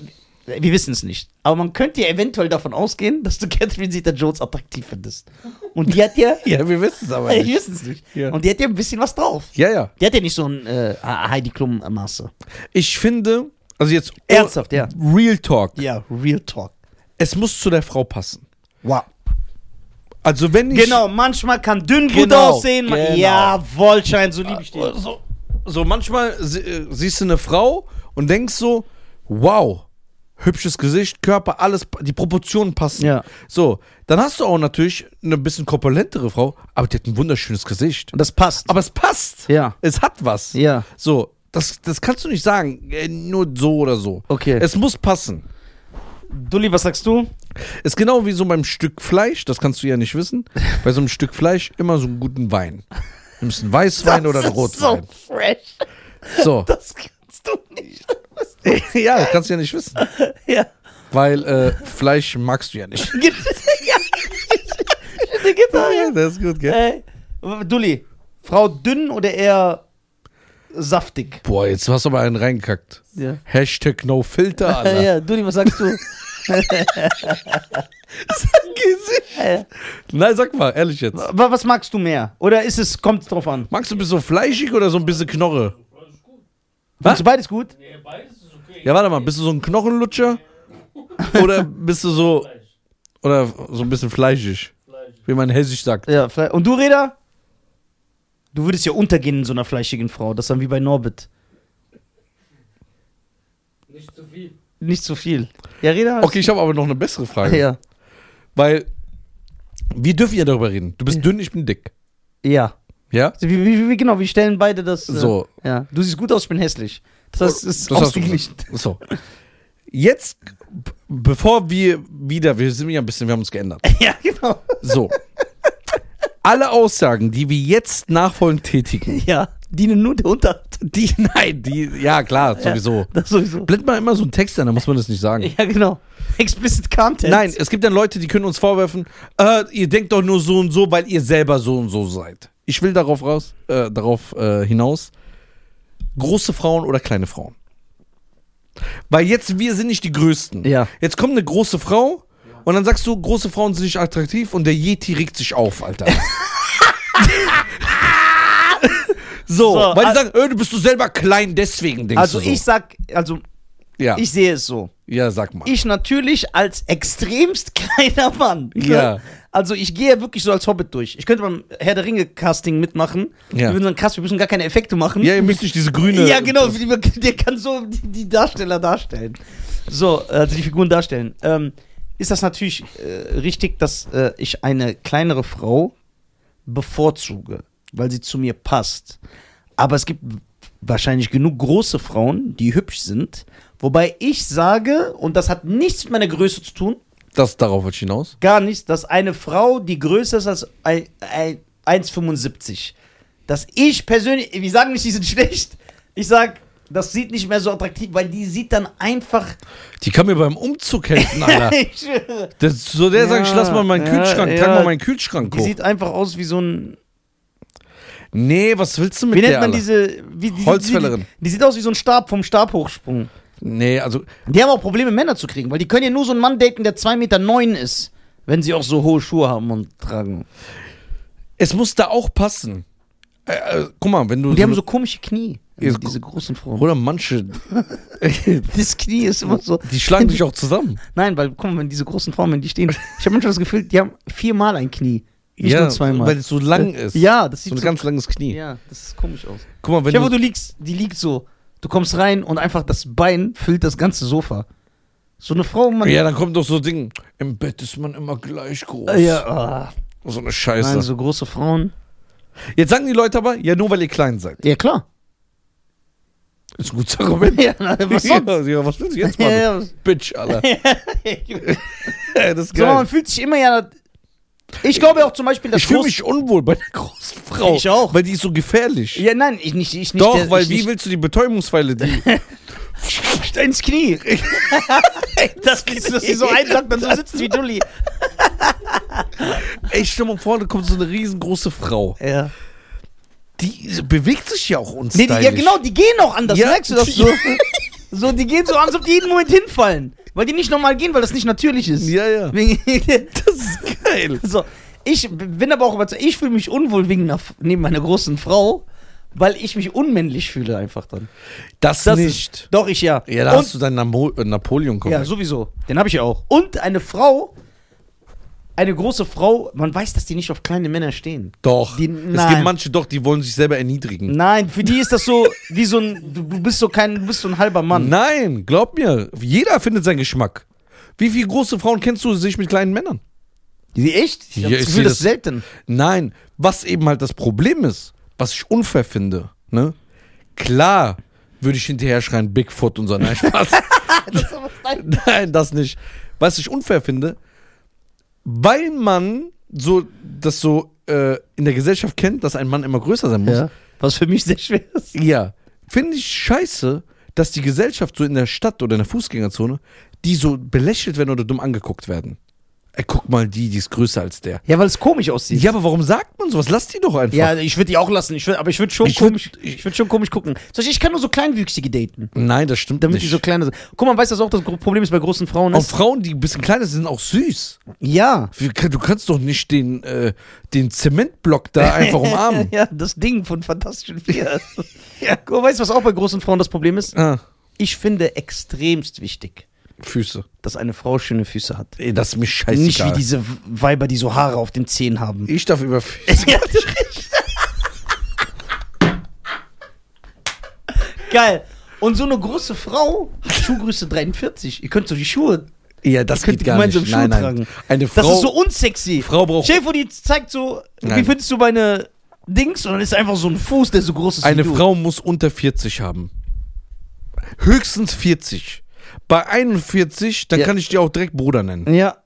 [SPEAKER 2] wir wissen es nicht. Aber man könnte ja eventuell davon ausgehen, dass du Catherine Zeta Jones attraktiv findest. Und die hat ja.
[SPEAKER 1] ja, wir wissen es aber
[SPEAKER 2] wir
[SPEAKER 1] nicht.
[SPEAKER 2] wissen es nicht.
[SPEAKER 1] Ja.
[SPEAKER 2] Und die hat ja ein bisschen was drauf.
[SPEAKER 1] Ja, ja.
[SPEAKER 2] Die hat ja nicht so ein äh, Heidi Klum-Maße.
[SPEAKER 1] Oh. Ich finde, also jetzt
[SPEAKER 2] Ernsthaft, ja.
[SPEAKER 1] Real Talk.
[SPEAKER 2] Ja, Real Talk.
[SPEAKER 1] Es muss zu der Frau passen.
[SPEAKER 2] Wow.
[SPEAKER 1] Also wenn ich
[SPEAKER 2] Genau, manchmal kann dünn gut
[SPEAKER 1] Genau,
[SPEAKER 2] aussehen. man-
[SPEAKER 1] genau.
[SPEAKER 2] Jawohl, Schein, so liebe ich dich.
[SPEAKER 1] so, so manchmal sie- äh, siehst du eine Frau und denkst so, wow, hübsches Gesicht, Körper, alles, die Proportionen passen.
[SPEAKER 2] Ja.
[SPEAKER 1] So, dann hast du auch natürlich eine bisschen korpulentere Frau, aber die hat ein wunderschönes Gesicht.
[SPEAKER 2] Und das passt.
[SPEAKER 1] Aber es passt.
[SPEAKER 2] Ja.
[SPEAKER 1] Es hat was.
[SPEAKER 2] Ja.
[SPEAKER 1] So, das, das kannst du nicht sagen, äh, nur so oder so.
[SPEAKER 2] Okay.
[SPEAKER 1] Es muss passen.
[SPEAKER 2] Dulli, was sagst du?
[SPEAKER 1] Ist genau wie so beim Stück Fleisch, das kannst du ja nicht wissen. Bei so einem Stück Fleisch immer so einen guten Wein. Wir müssen Weißwein oder einen Rotwein.
[SPEAKER 2] so fresh.
[SPEAKER 1] So.
[SPEAKER 2] Das kannst du nicht.
[SPEAKER 1] ja, das kannst du ja nicht wissen.
[SPEAKER 2] Ja.
[SPEAKER 1] Weil äh, Fleisch magst du ja nicht.
[SPEAKER 2] ja. Schöne Gitarre.
[SPEAKER 1] das ist gut, gell?
[SPEAKER 2] Ey, Dulli, Frau dünn oder eher saftig?
[SPEAKER 1] Boah, jetzt hast du aber einen reingekackt.
[SPEAKER 2] Ja.
[SPEAKER 1] Hashtag no filter, Alter.
[SPEAKER 2] ja, Dulli, was sagst du?
[SPEAKER 1] Gesicht.
[SPEAKER 2] Äh,
[SPEAKER 1] Nein, sag mal, ehrlich jetzt.
[SPEAKER 2] wa- was magst du mehr? Oder ist es, kommt drauf an?
[SPEAKER 1] Magst du ein bisschen fleischig oder so ein bisschen Knorre?
[SPEAKER 4] Alles gut.
[SPEAKER 2] Findest du beides gut?
[SPEAKER 4] Nee, beides ist okay.
[SPEAKER 1] Ja, warte mal, bist du so ein Knochenlutscher? Oder bist du so,
[SPEAKER 4] Fleisch.
[SPEAKER 1] oder so ein bisschen fleischig,
[SPEAKER 4] Fleisch.
[SPEAKER 1] wie man hessisch sagt?
[SPEAKER 2] Ja, Fle- und du, Reda? Du würdest ja untergehen in so einer fleischigen Frau. Das ist dann wie bei Norbit.
[SPEAKER 4] Nicht zu viel.
[SPEAKER 2] Nicht so viel. Ja, Reda? hast-
[SPEAKER 1] Okay, ich habe aber noch eine bessere Frage.
[SPEAKER 2] Ja.
[SPEAKER 1] Weil, wir dürfen ja darüber reden. Du bist dünn, ich bin dick.
[SPEAKER 2] Ja.
[SPEAKER 1] Ja?
[SPEAKER 2] Also, wie, wie, wie, genau, wir stellen beide das. äh,
[SPEAKER 1] So.
[SPEAKER 2] Ja. Du siehst gut aus, ich bin hässlich. Das heißt, es ist
[SPEAKER 1] Das hast du
[SPEAKER 2] ausgeglichen.
[SPEAKER 1] gesagt. So. Jetzt, b- bevor wir wieder, wir sind ja ein bisschen, wir haben uns geändert.
[SPEAKER 2] Ja, genau.
[SPEAKER 1] So. Alle Aussagen, die wir jetzt nachfolgend tätigen,
[SPEAKER 2] Ja. Dienen nur der Unterhalt.
[SPEAKER 1] die, nein, die, ja klar, sowieso.
[SPEAKER 2] Das sowieso.
[SPEAKER 1] Blend mal immer so einen Text an, da muss man das nicht sagen.
[SPEAKER 2] Ja, genau. Explicit Content.
[SPEAKER 1] Nein, es gibt dann Leute, die können uns vorwerfen, äh, ihr denkt doch nur so und so, weil ihr selber so und so seid. Ich will darauf raus, äh, darauf äh, hinaus, große Frauen oder kleine Frauen. Weil jetzt wir sind nicht die Größten.
[SPEAKER 2] Ja.
[SPEAKER 1] Jetzt kommt eine große Frau und dann sagst du, große Frauen sind nicht attraktiv und der Yeti regt sich auf, Alter. so,
[SPEAKER 2] So,
[SPEAKER 1] weil die
[SPEAKER 2] al-
[SPEAKER 1] sagen, äh, du bist du selber klein, deswegen denkst
[SPEAKER 2] Also
[SPEAKER 1] du so.
[SPEAKER 2] ich sag, also
[SPEAKER 1] ja.
[SPEAKER 2] ich sehe es so.
[SPEAKER 1] ja, sag mal.
[SPEAKER 2] Ich natürlich als extremst kleiner Mann. ne?
[SPEAKER 1] Ja.
[SPEAKER 2] Also ich gehe wirklich so als Hobbit durch. Ich könnte beim Herr der Ringe Casting mitmachen.
[SPEAKER 1] Ja.
[SPEAKER 2] Wir würden sagen, krass, wir müssen gar keine Effekte machen.
[SPEAKER 1] ja, ihr müsst nicht diese grüne.
[SPEAKER 2] Ja, genau, wie die- der kann so die, die Darsteller darstellen. So, also die Figuren darstellen. Ähm, ist das natürlich äh, richtig, dass äh, ich eine kleinere Frau bevorzuge, weil sie zu mir passt. Aber es gibt wahrscheinlich genug große Frauen, die hübsch sind. Wobei ich sage, und das hat nichts mit meiner Größe zu tun,
[SPEAKER 1] Das darauf wollte ich hinaus.
[SPEAKER 2] gar nichts, dass eine Frau, die größer ist als ein- ein- 1,75, dass ich persönlich, wir sagen nicht, die sind schlecht, ich sag, das sieht nicht mehr so attraktiv, weil die sieht dann einfach.
[SPEAKER 1] Die kann mir beim Umzug helfen, Alter.
[SPEAKER 2] Ich schwöre,
[SPEAKER 1] Das, so der sagt, ich lass mal meinen
[SPEAKER 2] Ja,
[SPEAKER 1] Kühlschrank,
[SPEAKER 2] ja.
[SPEAKER 1] trag mal meinen Kühlschrank
[SPEAKER 2] die
[SPEAKER 1] hoch.
[SPEAKER 2] sieht einfach aus wie so ein.
[SPEAKER 1] Nee, was willst du mit
[SPEAKER 2] Wie
[SPEAKER 1] der,
[SPEAKER 2] nennt man
[SPEAKER 1] Alter?
[SPEAKER 2] diese. Wie, die,
[SPEAKER 1] Holzfällerin.
[SPEAKER 2] Die, die sieht aus wie so ein Stab vom Stabhochsprung.
[SPEAKER 1] Nee, also,
[SPEAKER 2] Die haben auch Probleme, Männer zu kriegen, weil die können ja nur so einen Mann daten, der 2,9 Meter neun ist, wenn sie auch so hohe Schuhe haben und tragen.
[SPEAKER 1] es muss da auch passen. Äh, äh, guck mal, wenn du...
[SPEAKER 2] Und die haben so komische Knie.
[SPEAKER 1] Ja,
[SPEAKER 2] diese großen Frauen.
[SPEAKER 1] Oder manche,
[SPEAKER 2] Das Knie ist immer so.
[SPEAKER 1] die schlagen dich auch zusammen.
[SPEAKER 2] Nein, weil, guck mal, wenn diese großen Frauen, wenn die stehen, ich habe manchmal das Gefühl, die haben viermal ein Knie. Nicht nur zweimal. Äh,
[SPEAKER 1] Weil es so lang ist.
[SPEAKER 2] ja, das
[SPEAKER 1] So
[SPEAKER 2] sieht
[SPEAKER 1] ein
[SPEAKER 2] so,
[SPEAKER 1] ganz langes Knie.
[SPEAKER 2] Ja, das ist komisch aus.
[SPEAKER 1] Guck mal, wenn
[SPEAKER 2] Stell dir
[SPEAKER 1] du,
[SPEAKER 2] vor, du liegst, die liegt so. Du kommst rein und einfach das Bein füllt das ganze Sofa. So eine Frau, Mann.
[SPEAKER 1] Ja, dann kommt doch so Ding, im Bett ist man immer gleich groß.
[SPEAKER 2] Äh, ja. ah,
[SPEAKER 1] So eine Scheiße.
[SPEAKER 2] nein, so große Frauen.
[SPEAKER 1] Jetzt sagen die Leute aber, ja, nur weil ihr klein seid.
[SPEAKER 2] Ja, klar.
[SPEAKER 1] Ist ein gutes Argument.
[SPEAKER 2] Ja, na, was sonst?
[SPEAKER 1] Ja, ja, was willst du jetzt
[SPEAKER 2] Ja,
[SPEAKER 1] machen?
[SPEAKER 2] ja, was-
[SPEAKER 1] Bitch, Alter. das ist
[SPEAKER 2] so, man fühlt sich immer ja. Ich glaube auch zum Beispiel, dass
[SPEAKER 1] Ich fühle
[SPEAKER 2] groß-
[SPEAKER 1] mich unwohl bei der großen Frau.
[SPEAKER 2] Ich auch.
[SPEAKER 1] Weil die ist so gefährlich.
[SPEAKER 2] Ja, nein, ich nicht. Ich nicht
[SPEAKER 1] Doch,
[SPEAKER 2] der-
[SPEAKER 1] weil
[SPEAKER 2] ich
[SPEAKER 1] wie
[SPEAKER 2] nicht-
[SPEAKER 1] willst du die Betäubungspfeile? Die
[SPEAKER 2] ins Knie. das ist, dass sie so einsackt und so sitzt wie Dulli.
[SPEAKER 1] Ey, stell mal vor, da kommt so eine riesengroße Frau.
[SPEAKER 2] Ja.
[SPEAKER 1] Die bewegt sich ja auch uns.
[SPEAKER 2] Nee, die, ja, genau, die gehen auch anders.
[SPEAKER 1] Ja.
[SPEAKER 2] Merkst du das so? so, die gehen so an, als ob die jeden Moment hinfallen. Weil die nicht normal gehen, weil das nicht natürlich ist.
[SPEAKER 1] Ja, ja.
[SPEAKER 2] Wegen-
[SPEAKER 1] Das ist geil.
[SPEAKER 2] so, ich bin aber auch überzeugt, ich fühle mich unwohl wegen einer, neben meiner großen Frau, weil ich mich unmännlich fühle einfach dann.
[SPEAKER 1] Das,
[SPEAKER 2] Das ist-
[SPEAKER 1] nicht.
[SPEAKER 2] Doch, ich ja.
[SPEAKER 1] ja, da
[SPEAKER 2] und,
[SPEAKER 1] hast du deinen Namo äh, napoleon
[SPEAKER 2] Ja,
[SPEAKER 1] komplex
[SPEAKER 2] sowieso. Den habe ich ja auch. Und eine Frau, eine große Frau, man weiß, dass die nicht auf kleine Männer stehen.
[SPEAKER 1] Doch.
[SPEAKER 2] Die-
[SPEAKER 1] es
[SPEAKER 2] nein.
[SPEAKER 1] gibt manche doch, die wollen sich selber erniedrigen.
[SPEAKER 2] Nein, für die ist das so, wie so ein, du du bist so kein, du bist so ein halber Mann.
[SPEAKER 1] Nein, glaub mir, jeder findet seinen Geschmack. Wie viele große Frauen kennst du, die sich mit kleinen Männern?
[SPEAKER 2] Die echt? Ich
[SPEAKER 1] Ja,
[SPEAKER 2] habe das
[SPEAKER 1] ich seh
[SPEAKER 2] Gefühl, das
[SPEAKER 1] das-
[SPEAKER 2] ist selten.
[SPEAKER 1] Nein, was eben halt das Problem ist, was ich unfair finde, ne? Klar würde ich hinterher schreien, Bigfoot und so. Nein, Spaß. Nein, das nicht. Was ich unfair finde, weil man so das so äh, in der Gesellschaft kennt, dass ein Mann immer größer sein muss.
[SPEAKER 2] Ja. Was für mich sehr schwer ist.
[SPEAKER 1] Ja. Finde ich scheiße, dass die Gesellschaft so in der Stadt oder in der Fußgängerzone, die so belächelt werden oder dumm angeguckt werden. Ey, guck mal, die, die ist größer als der.
[SPEAKER 2] Ja, weil es komisch aussieht.
[SPEAKER 1] Ja, aber warum sagt man sowas? Lass die doch einfach.
[SPEAKER 2] Ja, ich würde die auch lassen, ich würd, aber ich würde schon,
[SPEAKER 1] Ich würd-
[SPEAKER 2] komisch, ich würd schon komisch gucken. Zum Beispiel, ich kann nur so Kleinwüchsige daten,
[SPEAKER 1] Nein, das stimmt
[SPEAKER 2] damit
[SPEAKER 1] nicht.
[SPEAKER 2] die so kleiner sind. Guck mal, weißt du, was auch das Gro- Problem ist bei großen Frauen?
[SPEAKER 1] auch
[SPEAKER 2] Ist?
[SPEAKER 1] Frauen, die ein bisschen kleiner sind, sind auch süß.
[SPEAKER 2] Ja.
[SPEAKER 1] Wie kann- Du kannst doch nicht den, äh, den Zementblock da einfach umarmen.
[SPEAKER 2] Ja, das Ding von Fantastischen Vier. ja. Guck mal, weißt du, was auch bei großen Frauen das Problem ist?
[SPEAKER 1] ah,
[SPEAKER 2] Ich finde extremst wichtig,
[SPEAKER 1] Füße.
[SPEAKER 2] dass eine Frau schöne Füße hat.
[SPEAKER 1] Ey, das ist mir scheißegal.
[SPEAKER 2] Nicht wie diese Weiber, die so Haare auf den Zehen haben.
[SPEAKER 1] ich darf über Füße.
[SPEAKER 2] Ja, das ist richtig. Geil. Und so eine große Frau hat Schuhgröße 43. Ihr könnt so die Schuhe.
[SPEAKER 1] Ja, das
[SPEAKER 2] Könnt
[SPEAKER 1] geht
[SPEAKER 2] ihr
[SPEAKER 1] gar
[SPEAKER 2] gemeinsam
[SPEAKER 1] nicht.
[SPEAKER 2] Schuhe
[SPEAKER 1] Nein, nein.
[SPEAKER 2] tragen.
[SPEAKER 1] Eine Frau,
[SPEAKER 2] Das ist so unsexy.
[SPEAKER 1] Frau braucht
[SPEAKER 2] Stell dir vor, die zeigt so, wie
[SPEAKER 1] Nein.
[SPEAKER 2] findest du meine Dings? Und dann ist einfach so ein Fuß, der so groß ist
[SPEAKER 1] eine
[SPEAKER 2] wie du.
[SPEAKER 1] Frau muss unter 40 haben. Höchstens 40. Bei 41, dann
[SPEAKER 2] Ja.
[SPEAKER 1] kann ich dir auch direkt Bruder nennen.
[SPEAKER 2] Ja.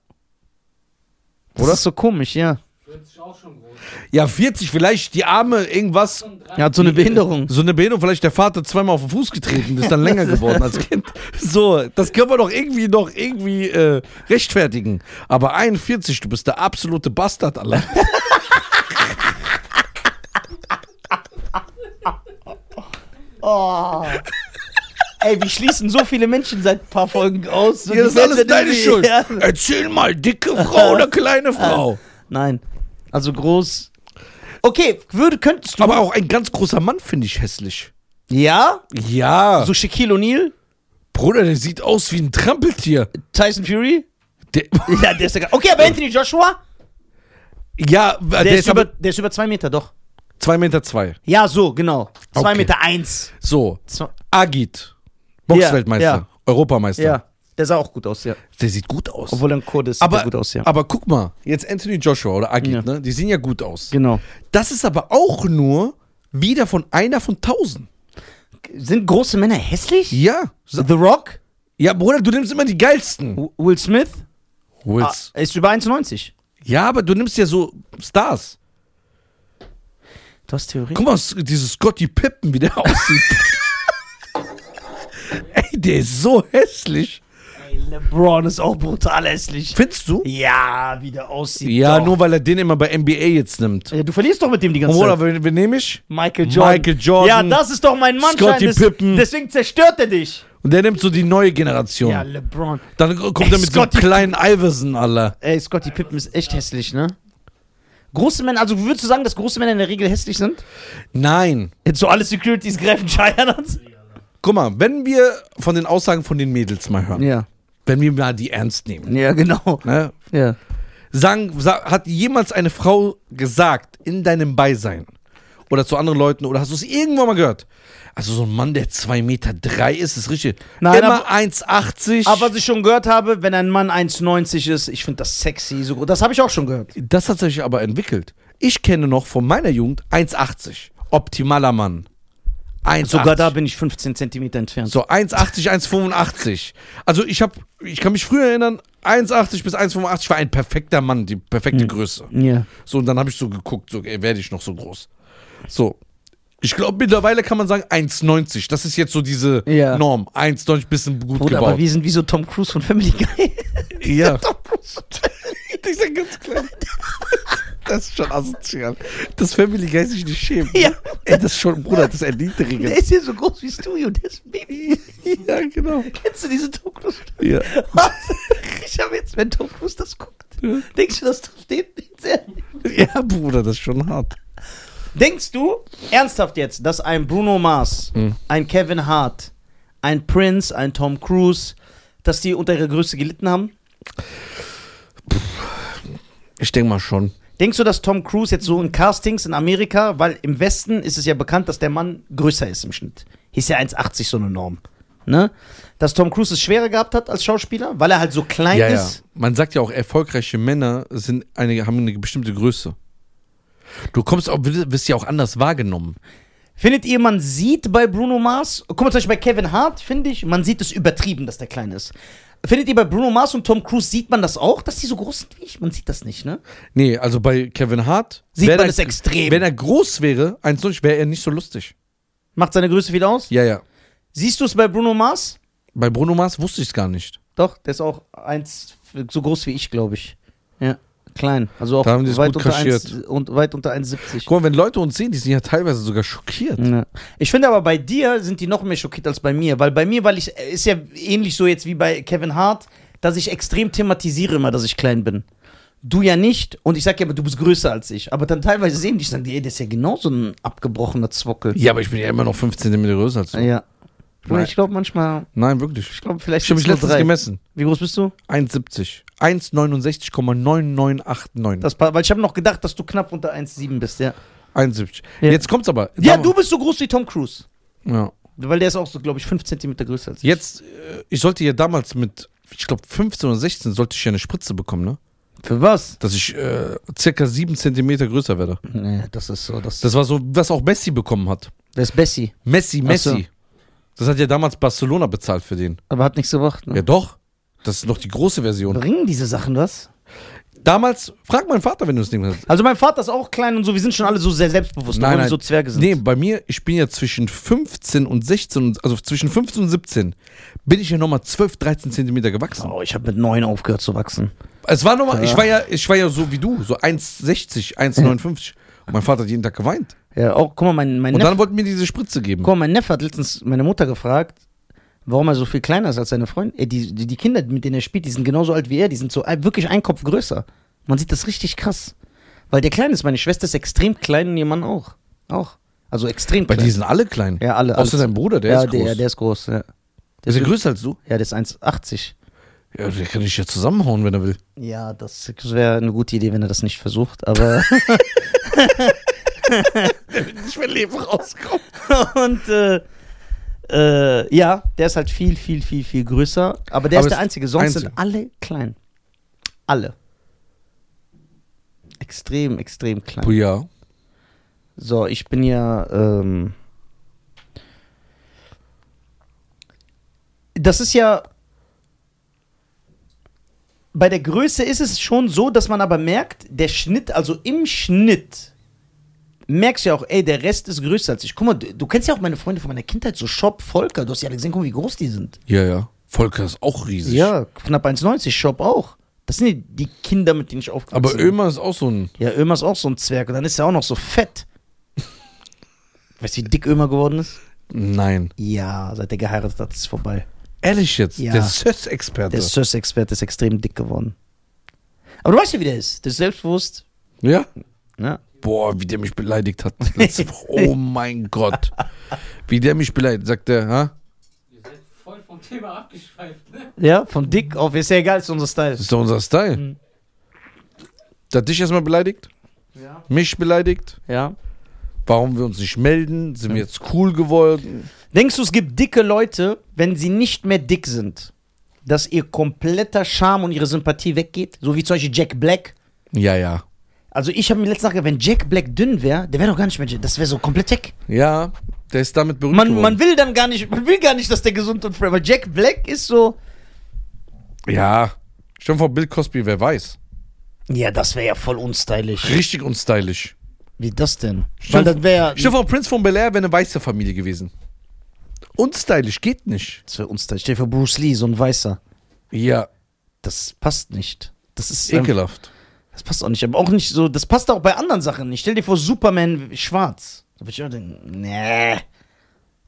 [SPEAKER 2] Das
[SPEAKER 1] Oder?
[SPEAKER 2] ist so komisch, ja.
[SPEAKER 4] 40 auch schon groß.
[SPEAKER 1] Ja, 40, vielleicht die Arme, irgendwas.
[SPEAKER 4] Schon
[SPEAKER 2] Er hat so eine Behinderung.
[SPEAKER 1] So eine Behinderung, vielleicht der Vater zweimal auf den Fuß getreten, ist dann länger geworden als Kind. So, das können wir doch irgendwie noch irgendwie äh, rechtfertigen. Aber 41, du bist der absolute Bastard allein.
[SPEAKER 2] Oh. Ey, wir schließen so viele Menschen seit ein paar Folgen aus. So
[SPEAKER 1] Ja, das
[SPEAKER 2] die
[SPEAKER 1] ist alles
[SPEAKER 2] ganze
[SPEAKER 1] deine
[SPEAKER 2] Idee.
[SPEAKER 1] Schuld.
[SPEAKER 2] Ja.
[SPEAKER 1] Erzähl mal, dicke Frau oder kleine Frau.
[SPEAKER 2] Nein. Also groß. Okay, würde, könntest du.
[SPEAKER 1] Aber auch ein ganz großer Mann finde ich hässlich.
[SPEAKER 2] ja?
[SPEAKER 1] Ja.
[SPEAKER 2] So Shaquille O'Neal,
[SPEAKER 1] Bruder, der sieht aus wie ein Trampeltier.
[SPEAKER 2] Tyson Fury.
[SPEAKER 1] Der,
[SPEAKER 2] Ja, der ist ja. ge- Okay, aber Anthony Joshua?
[SPEAKER 1] ja, der,
[SPEAKER 2] Der, ist, über,
[SPEAKER 1] aber
[SPEAKER 2] der ist über zwei Meter, doch.
[SPEAKER 1] 2 Meter. Zwei.
[SPEAKER 2] Ja, so, genau. Zwei
[SPEAKER 1] Okay.
[SPEAKER 2] Meter eins.
[SPEAKER 1] So,
[SPEAKER 2] Zwei,
[SPEAKER 1] Agit, Boxweltmeister,
[SPEAKER 2] Ja, ja.
[SPEAKER 1] Europameister.
[SPEAKER 2] ja. Der sah auch gut aus, ja.
[SPEAKER 1] Der sieht gut aus.
[SPEAKER 2] Obwohl er ein Kurde ist, sieht
[SPEAKER 1] aber,
[SPEAKER 2] er gut aus, ja.
[SPEAKER 1] aber guck mal, jetzt Anthony Joshua oder Agit,
[SPEAKER 2] Ja.
[SPEAKER 1] ne? die sehen ja gut aus.
[SPEAKER 2] Genau.
[SPEAKER 1] Das ist aber auch nur wieder von einer von tausend.
[SPEAKER 2] Sind große Männer hässlich?
[SPEAKER 1] Ja. So-
[SPEAKER 2] The Rock?
[SPEAKER 1] Ja, Bruder, du nimmst immer die geilsten.
[SPEAKER 2] W- Will Smith?
[SPEAKER 1] Wills.
[SPEAKER 2] Ah, ist über 1,90.
[SPEAKER 1] Ja, aber du nimmst ja so Stars.
[SPEAKER 2] Du hast Theorie.
[SPEAKER 1] Guck mal, s- dieses Scotty Pippen, wie der aussieht. Ey, der ist so hässlich.
[SPEAKER 2] Ey, LeBron ist auch brutal hässlich.
[SPEAKER 1] Findest du?
[SPEAKER 2] Ja, wie der aussieht.
[SPEAKER 1] Ja,
[SPEAKER 2] doch.
[SPEAKER 1] nur weil er den immer bei NBA jetzt nimmt.
[SPEAKER 2] Ja, Du verlierst doch mit dem die ganze Zeit.
[SPEAKER 1] Oder wen, wen nehme ich?
[SPEAKER 2] Michael Jordan.
[SPEAKER 1] Michael Jordan.
[SPEAKER 2] Ja, das ist doch mein Mann.
[SPEAKER 1] Scottie
[SPEAKER 2] Schein, des-
[SPEAKER 1] Pippen.
[SPEAKER 2] Deswegen zerstört er dich.
[SPEAKER 1] Und der nimmt so die neue Generation.
[SPEAKER 2] Ja, LeBron.
[SPEAKER 1] Dann kommt er mit so einem
[SPEAKER 2] Scotty-
[SPEAKER 1] kleinen Iverson, Alter.
[SPEAKER 2] Ey, Scottie Pippen ist echt hässlich, ne? Große Männer, also würdest du sagen, dass große Männer in der Regel hässlich sind?
[SPEAKER 1] Nein.
[SPEAKER 2] Jetzt so alle Securities greifen Scheiern an.
[SPEAKER 1] Guck mal, wenn wir von den Aussagen von den Mädels mal hören,
[SPEAKER 2] Ja,
[SPEAKER 1] wenn wir mal die ernst nehmen,
[SPEAKER 2] ja, genau.
[SPEAKER 1] ne?
[SPEAKER 2] Ja.
[SPEAKER 1] Sagen, sa hat jemals eine Frau gesagt in deinem Beisein oder zu anderen Leuten oder hast du es irgendwann mal gehört? Also so ein Mann, der 2,3 Meter drei ist, ist richtig.
[SPEAKER 2] Nein,
[SPEAKER 1] Immer
[SPEAKER 2] aber-
[SPEAKER 1] 1,80.
[SPEAKER 2] Aber was ich schon gehört habe, wenn ein Mann 1,90 ist, ich finde das sexy. So, das habe ich auch schon gehört.
[SPEAKER 1] das hat sich aber entwickelt. Ich kenne noch von meiner Jugend 1,80. Optimaler Mann. 1,80.
[SPEAKER 2] Sogar da bin ich 15 Zentimeter entfernt.
[SPEAKER 1] So 1,80, 1,85. Also ich habe, ich kann mich früher erinnern, 1,80 bis 1,85 war ein perfekter Mann, die perfekte Größe.
[SPEAKER 2] Ja.
[SPEAKER 1] So und dann habe ich so geguckt, so ey, werde ich noch so groß. So. Ich glaube, mittlerweile kann man sagen 1,90. Das ist jetzt so diese
[SPEAKER 2] Ja.
[SPEAKER 1] Norm. 1,90 bisschen gut
[SPEAKER 2] Bruder, aber
[SPEAKER 1] gebaut.
[SPEAKER 2] wir sind wie so Tom Cruise von Family Guy.
[SPEAKER 1] ja.
[SPEAKER 2] Tom Cruise von Family
[SPEAKER 1] Die sind ganz klein. Das ist schon asozial. Das Family Guy sich nicht schämen.
[SPEAKER 2] Ja.
[SPEAKER 1] Ey, das ist schon, Bruder, das ist
[SPEAKER 2] Guy. Der
[SPEAKER 1] erniedrigend.
[SPEAKER 2] ist hier so groß wie Studio und der ist ein Baby.
[SPEAKER 1] ja, genau.
[SPEAKER 2] Kennst du diese Tom Cruise?
[SPEAKER 1] Ja.
[SPEAKER 2] Ich habe jetzt, wenn Tom Cruise das guckt,
[SPEAKER 1] Ja.
[SPEAKER 2] denkst du, dass das steht?
[SPEAKER 1] ja, Bruder, das ist schon hart.
[SPEAKER 2] Denkst du ernsthaft jetzt, dass ein Bruno Mars,
[SPEAKER 1] Hm.
[SPEAKER 2] ein Kevin Hart, ein Prince, ein Tom Cruise, dass die unter ihrer Größe gelitten haben?
[SPEAKER 1] Ich denke mal schon.
[SPEAKER 2] Denkst du, dass Tom Cruise jetzt so in Castings in Amerika, weil im Westen ist es ja bekannt, dass der Mann größer ist im Schnitt. Ist ja 1,80 so eine Norm. Ne? Dass Tom Cruise es schwerer gehabt hat als Schauspieler, weil er halt so klein
[SPEAKER 1] Ja, ja.
[SPEAKER 2] ist.
[SPEAKER 1] Man sagt ja auch, erfolgreiche Männer sind eine, haben eine bestimmte Größe. Du kommst auch, wirst ja auch anders wahrgenommen.
[SPEAKER 2] Findet ihr, man sieht bei Bruno Mars, guck mal zum Beispiel bei Kevin Hart, finde ich, man sieht es übertrieben, dass der klein ist. Findet ihr bei Bruno Mars und Tom Cruise, sieht man das auch, dass die so groß sind wie ich? Man sieht das nicht, ne?
[SPEAKER 1] Nee, also bei Kevin Hart.
[SPEAKER 2] Sieht
[SPEAKER 1] wär
[SPEAKER 2] man
[SPEAKER 1] er-
[SPEAKER 2] das extrem.
[SPEAKER 1] Wenn er groß wäre, 1,90, wäre er nicht so lustig.
[SPEAKER 2] Macht seine Größe viel aus?
[SPEAKER 1] Ja, ja.
[SPEAKER 2] Siehst du es bei Bruno Mars?
[SPEAKER 1] Bei Bruno Mars wusste ich es gar nicht.
[SPEAKER 2] Doch, der ist auch eins so groß wie ich, glaube ich. Ja, klein. Also auch
[SPEAKER 1] Da haben die es
[SPEAKER 2] weit,
[SPEAKER 1] gut
[SPEAKER 2] unter eins,
[SPEAKER 1] kaschiert.
[SPEAKER 2] und weit unter 1,70.
[SPEAKER 1] Guck mal, wenn Leute uns sehen, die sind ja teilweise sogar schockiert.
[SPEAKER 2] Ja. Ich finde aber bei dir sind die noch mehr schockiert als bei mir, weil bei mir, weil ich äh, ist ja ähnlich so jetzt wie bei Kevin Hart, dass ich extrem thematisiere immer, dass ich klein bin. Du ja nicht und ich sag ja, aber du bist größer als ich. Aber dann teilweise sehen die, ich sagen, die, ey, der ist ja genauso ein abgebrochener Zwockel.
[SPEAKER 1] Ja, aber ich bin ja immer noch 5 cm größer als du.
[SPEAKER 2] Ja. Bruder, Ich glaube manchmal,
[SPEAKER 1] Nein, wirklich.
[SPEAKER 2] ich glaube vielleicht
[SPEAKER 1] Ich habe mich
[SPEAKER 2] sind's
[SPEAKER 1] letztens
[SPEAKER 2] nur
[SPEAKER 1] Hm.
[SPEAKER 2] drei.
[SPEAKER 1] gemessen.
[SPEAKER 2] Wie groß bist du?
[SPEAKER 1] 1,70. 1,69,9989.
[SPEAKER 2] Das, pa- weil ich habe noch gedacht, dass du knapp unter 1,7 bist, ja.
[SPEAKER 1] 71.
[SPEAKER 2] Ja.
[SPEAKER 1] Jetzt kommt's aber.
[SPEAKER 2] Ja,
[SPEAKER 1] Damals-
[SPEAKER 2] du bist so groß wie Tom Cruise.
[SPEAKER 1] Ja.
[SPEAKER 2] Weil der ist auch so, glaube ich, 5 cm größer als ich.
[SPEAKER 1] Jetzt, äh, ich sollte ja damals mit, ich glaube 15 oder 16, sollte ich ja eine Spritze bekommen, ne?
[SPEAKER 2] Für was?
[SPEAKER 1] Dass ich äh, circa 7 cm größer werde.
[SPEAKER 2] Nee, das ist so. Das,
[SPEAKER 1] Das war so, was auch Messi bekommen hat.
[SPEAKER 2] das ist Bessie.
[SPEAKER 1] Messi,
[SPEAKER 2] Ach so.
[SPEAKER 1] Messi. Das hat ja damals Barcelona bezahlt für den.
[SPEAKER 2] Aber hat nichts gebracht.
[SPEAKER 1] Ja,
[SPEAKER 2] Ne?
[SPEAKER 1] doch. Das ist noch die große Version.
[SPEAKER 2] Bringen diese Sachen was?
[SPEAKER 1] Damals, frag meinen Vater, wenn du das Ding hast.
[SPEAKER 2] Also, mein Vater ist auch klein und so. Wir sind schon alle so sehr selbstbewusst,
[SPEAKER 1] Nein,
[SPEAKER 2] obwohl wir
[SPEAKER 1] nein.
[SPEAKER 2] so Zwerge sind.
[SPEAKER 1] Nee, bei mir, ich bin ja zwischen 15 und 16, und- also zwischen 15 und 17, bin ich ja nochmal 12, 13 Zentimeter gewachsen.
[SPEAKER 2] Oh, ich habe mit 9 aufgehört zu wachsen.
[SPEAKER 1] Es war nochmal, ich war ja, ich war ja so wie du, so 1,60, 1,59. Und mein Vater hat jeden Tag geweint.
[SPEAKER 2] Ja, auch, guck mal, mein, mein,
[SPEAKER 1] Und
[SPEAKER 2] Neffe,
[SPEAKER 1] dann wollten mir diese Spritze geben.
[SPEAKER 2] guck mal, mein Neffe hat letztens meine Mutter gefragt, warum er so viel kleiner ist als seine Freundin. Äh, die, die, die Kinder, mit denen er spielt, die sind genauso alt wie er. Die sind so äh, wirklich ein Kopf größer. Man sieht das richtig krass. Weil der Kleine ist, meine Schwester ist extrem klein und ihr Mann auch. Auch. Also extrem
[SPEAKER 1] Bei
[SPEAKER 2] klein.
[SPEAKER 1] die sind alle klein.
[SPEAKER 2] Ja, alle.
[SPEAKER 1] Außer
[SPEAKER 2] alles.
[SPEAKER 1] dein Bruder, der
[SPEAKER 2] ja,
[SPEAKER 1] ist groß.
[SPEAKER 2] Der, der ist groß, ja. Der
[SPEAKER 1] ist er größer als du?
[SPEAKER 2] Ja, der ist 1,80.
[SPEAKER 1] Ja, der kann dich ja zusammenhauen, wenn er will.
[SPEAKER 2] Ja, das wäre eine gute Idee, wenn er das nicht versucht, aber.
[SPEAKER 1] Ich will Leben rauskommen.
[SPEAKER 2] und, äh, äh, ja, der ist halt viel, viel, viel, viel größer. Aber der
[SPEAKER 1] Aber
[SPEAKER 2] ist der
[SPEAKER 1] es-
[SPEAKER 2] Einzige. Sonst sind
[SPEAKER 1] Einzige.
[SPEAKER 2] alle klein. Alle. Extrem, extrem klein.
[SPEAKER 1] Oh Ja.
[SPEAKER 2] So, ich bin ja. Ähm, das ist ja. Bei der Größe ist es schon so, dass man aber merkt, der Schnitt, also im Schnitt, merkst du ja auch, ey, der Rest ist größer als ich. Guck mal, du, du kennst ja auch meine Freunde von meiner Kindheit, so Shop, Volker, du hast ja alle gesehen, guck mal, wie groß die sind.
[SPEAKER 1] Ja, ja. Volker ist auch riesig.
[SPEAKER 2] Ja, knapp 1,90, Shop auch. Das sind die, die Kinder, mit denen ich
[SPEAKER 1] Aber
[SPEAKER 2] aufgewachsen bin.
[SPEAKER 1] Ömer ist auch so ein.
[SPEAKER 2] Ja, Ömer ist auch so ein Zwerg und dann ist er auch noch so fett. weißt du, wie dick Ömer geworden ist?
[SPEAKER 1] Nein.
[SPEAKER 2] Ja, seit er geheiratet hat, ist es vorbei.
[SPEAKER 1] Ehrlich jetzt,
[SPEAKER 2] Ja.
[SPEAKER 1] der Söss-Experte.
[SPEAKER 2] Der Söss-Experte ist extrem dick geworden. Aber du weißt ja, wie der ist. Der ist selbstbewusst.
[SPEAKER 1] Ja?
[SPEAKER 2] Ne?
[SPEAKER 1] Boah, wie der mich beleidigt hat. Letzte Woche. Oh mein Gott. Wie der mich beleidigt, sagt der, ha?
[SPEAKER 4] Ihr seid voll vom Thema abgeschweift, ne?
[SPEAKER 2] Ja, von dick auf ist ja egal, ist unser Style.
[SPEAKER 1] Das ist doch unser Style. Der hat dich erstmal beleidigt,
[SPEAKER 4] Ja.
[SPEAKER 1] mich beleidigt.
[SPEAKER 2] Ja.
[SPEAKER 1] Warum wir uns nicht melden? Sind wir jetzt cool geworden?
[SPEAKER 2] Denkst du, es gibt dicke Leute, wenn sie nicht mehr dick sind, dass ihr kompletter Charme und ihre Sympathie weggeht? So wie zum Beispiel Jack Black.
[SPEAKER 1] Ja, ja.
[SPEAKER 2] Also ich habe mir letztens nachgedacht, wenn Jack Black dünn wäre, der wäre doch gar nicht mehr Jack. Das wäre so komplett weg.
[SPEAKER 1] Ja, der ist damit berühmt
[SPEAKER 2] Man,
[SPEAKER 1] geworden.
[SPEAKER 2] man will dann gar nicht, man will gar nicht, dass der gesund und frei. Aber Jack Black ist so.
[SPEAKER 1] ja. Schon vor Bill Cosby, wer weiß.
[SPEAKER 2] Ja, das wäre ja voll unstylisch.
[SPEAKER 1] Richtig unstylisch.
[SPEAKER 2] Wie das denn?
[SPEAKER 1] Stell-
[SPEAKER 2] Weil das wäre
[SPEAKER 1] Stell
[SPEAKER 2] ja.
[SPEAKER 1] dir vor, Prince von Bel-Air wäre eine weiße Familie gewesen. Unstylisch, geht nicht.
[SPEAKER 2] Das wäre unstylisch. Stell dir vor, Bruce Lee, so ein Weißer.
[SPEAKER 1] Ja,
[SPEAKER 2] Das passt nicht. Das ist. Ähm,
[SPEAKER 1] ekelhaft.
[SPEAKER 2] das passt auch nicht. Aber auch nicht so. Das passt auch bei anderen Sachen nicht. Stell dir vor, Superman schwarz. Da würde ich auch denken, nee.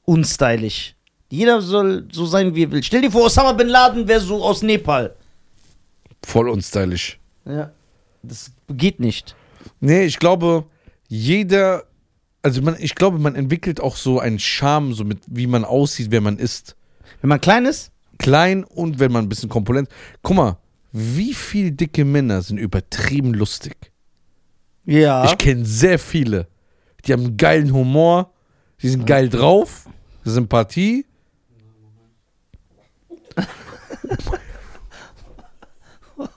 [SPEAKER 2] Unstylisch. Jeder soll so sein, wie er will. Stell dir vor, Osama Bin Laden wäre so aus Nepal.
[SPEAKER 1] Voll unstylisch.
[SPEAKER 2] Ja. Das geht nicht.
[SPEAKER 1] Nee, ich glaube, jeder, also man, ich glaube, man entwickelt auch so einen Charme, so mit wie man aussieht, wer man ist.
[SPEAKER 2] Wenn man klein ist,
[SPEAKER 1] Klein und wenn man ein bisschen komponent. Guck mal, wie viel dicke Männer sind übertrieben lustig.
[SPEAKER 2] ja.
[SPEAKER 1] Ich kenne sehr viele. Die haben einen geilen Humor, die sind geil drauf, Sympathie.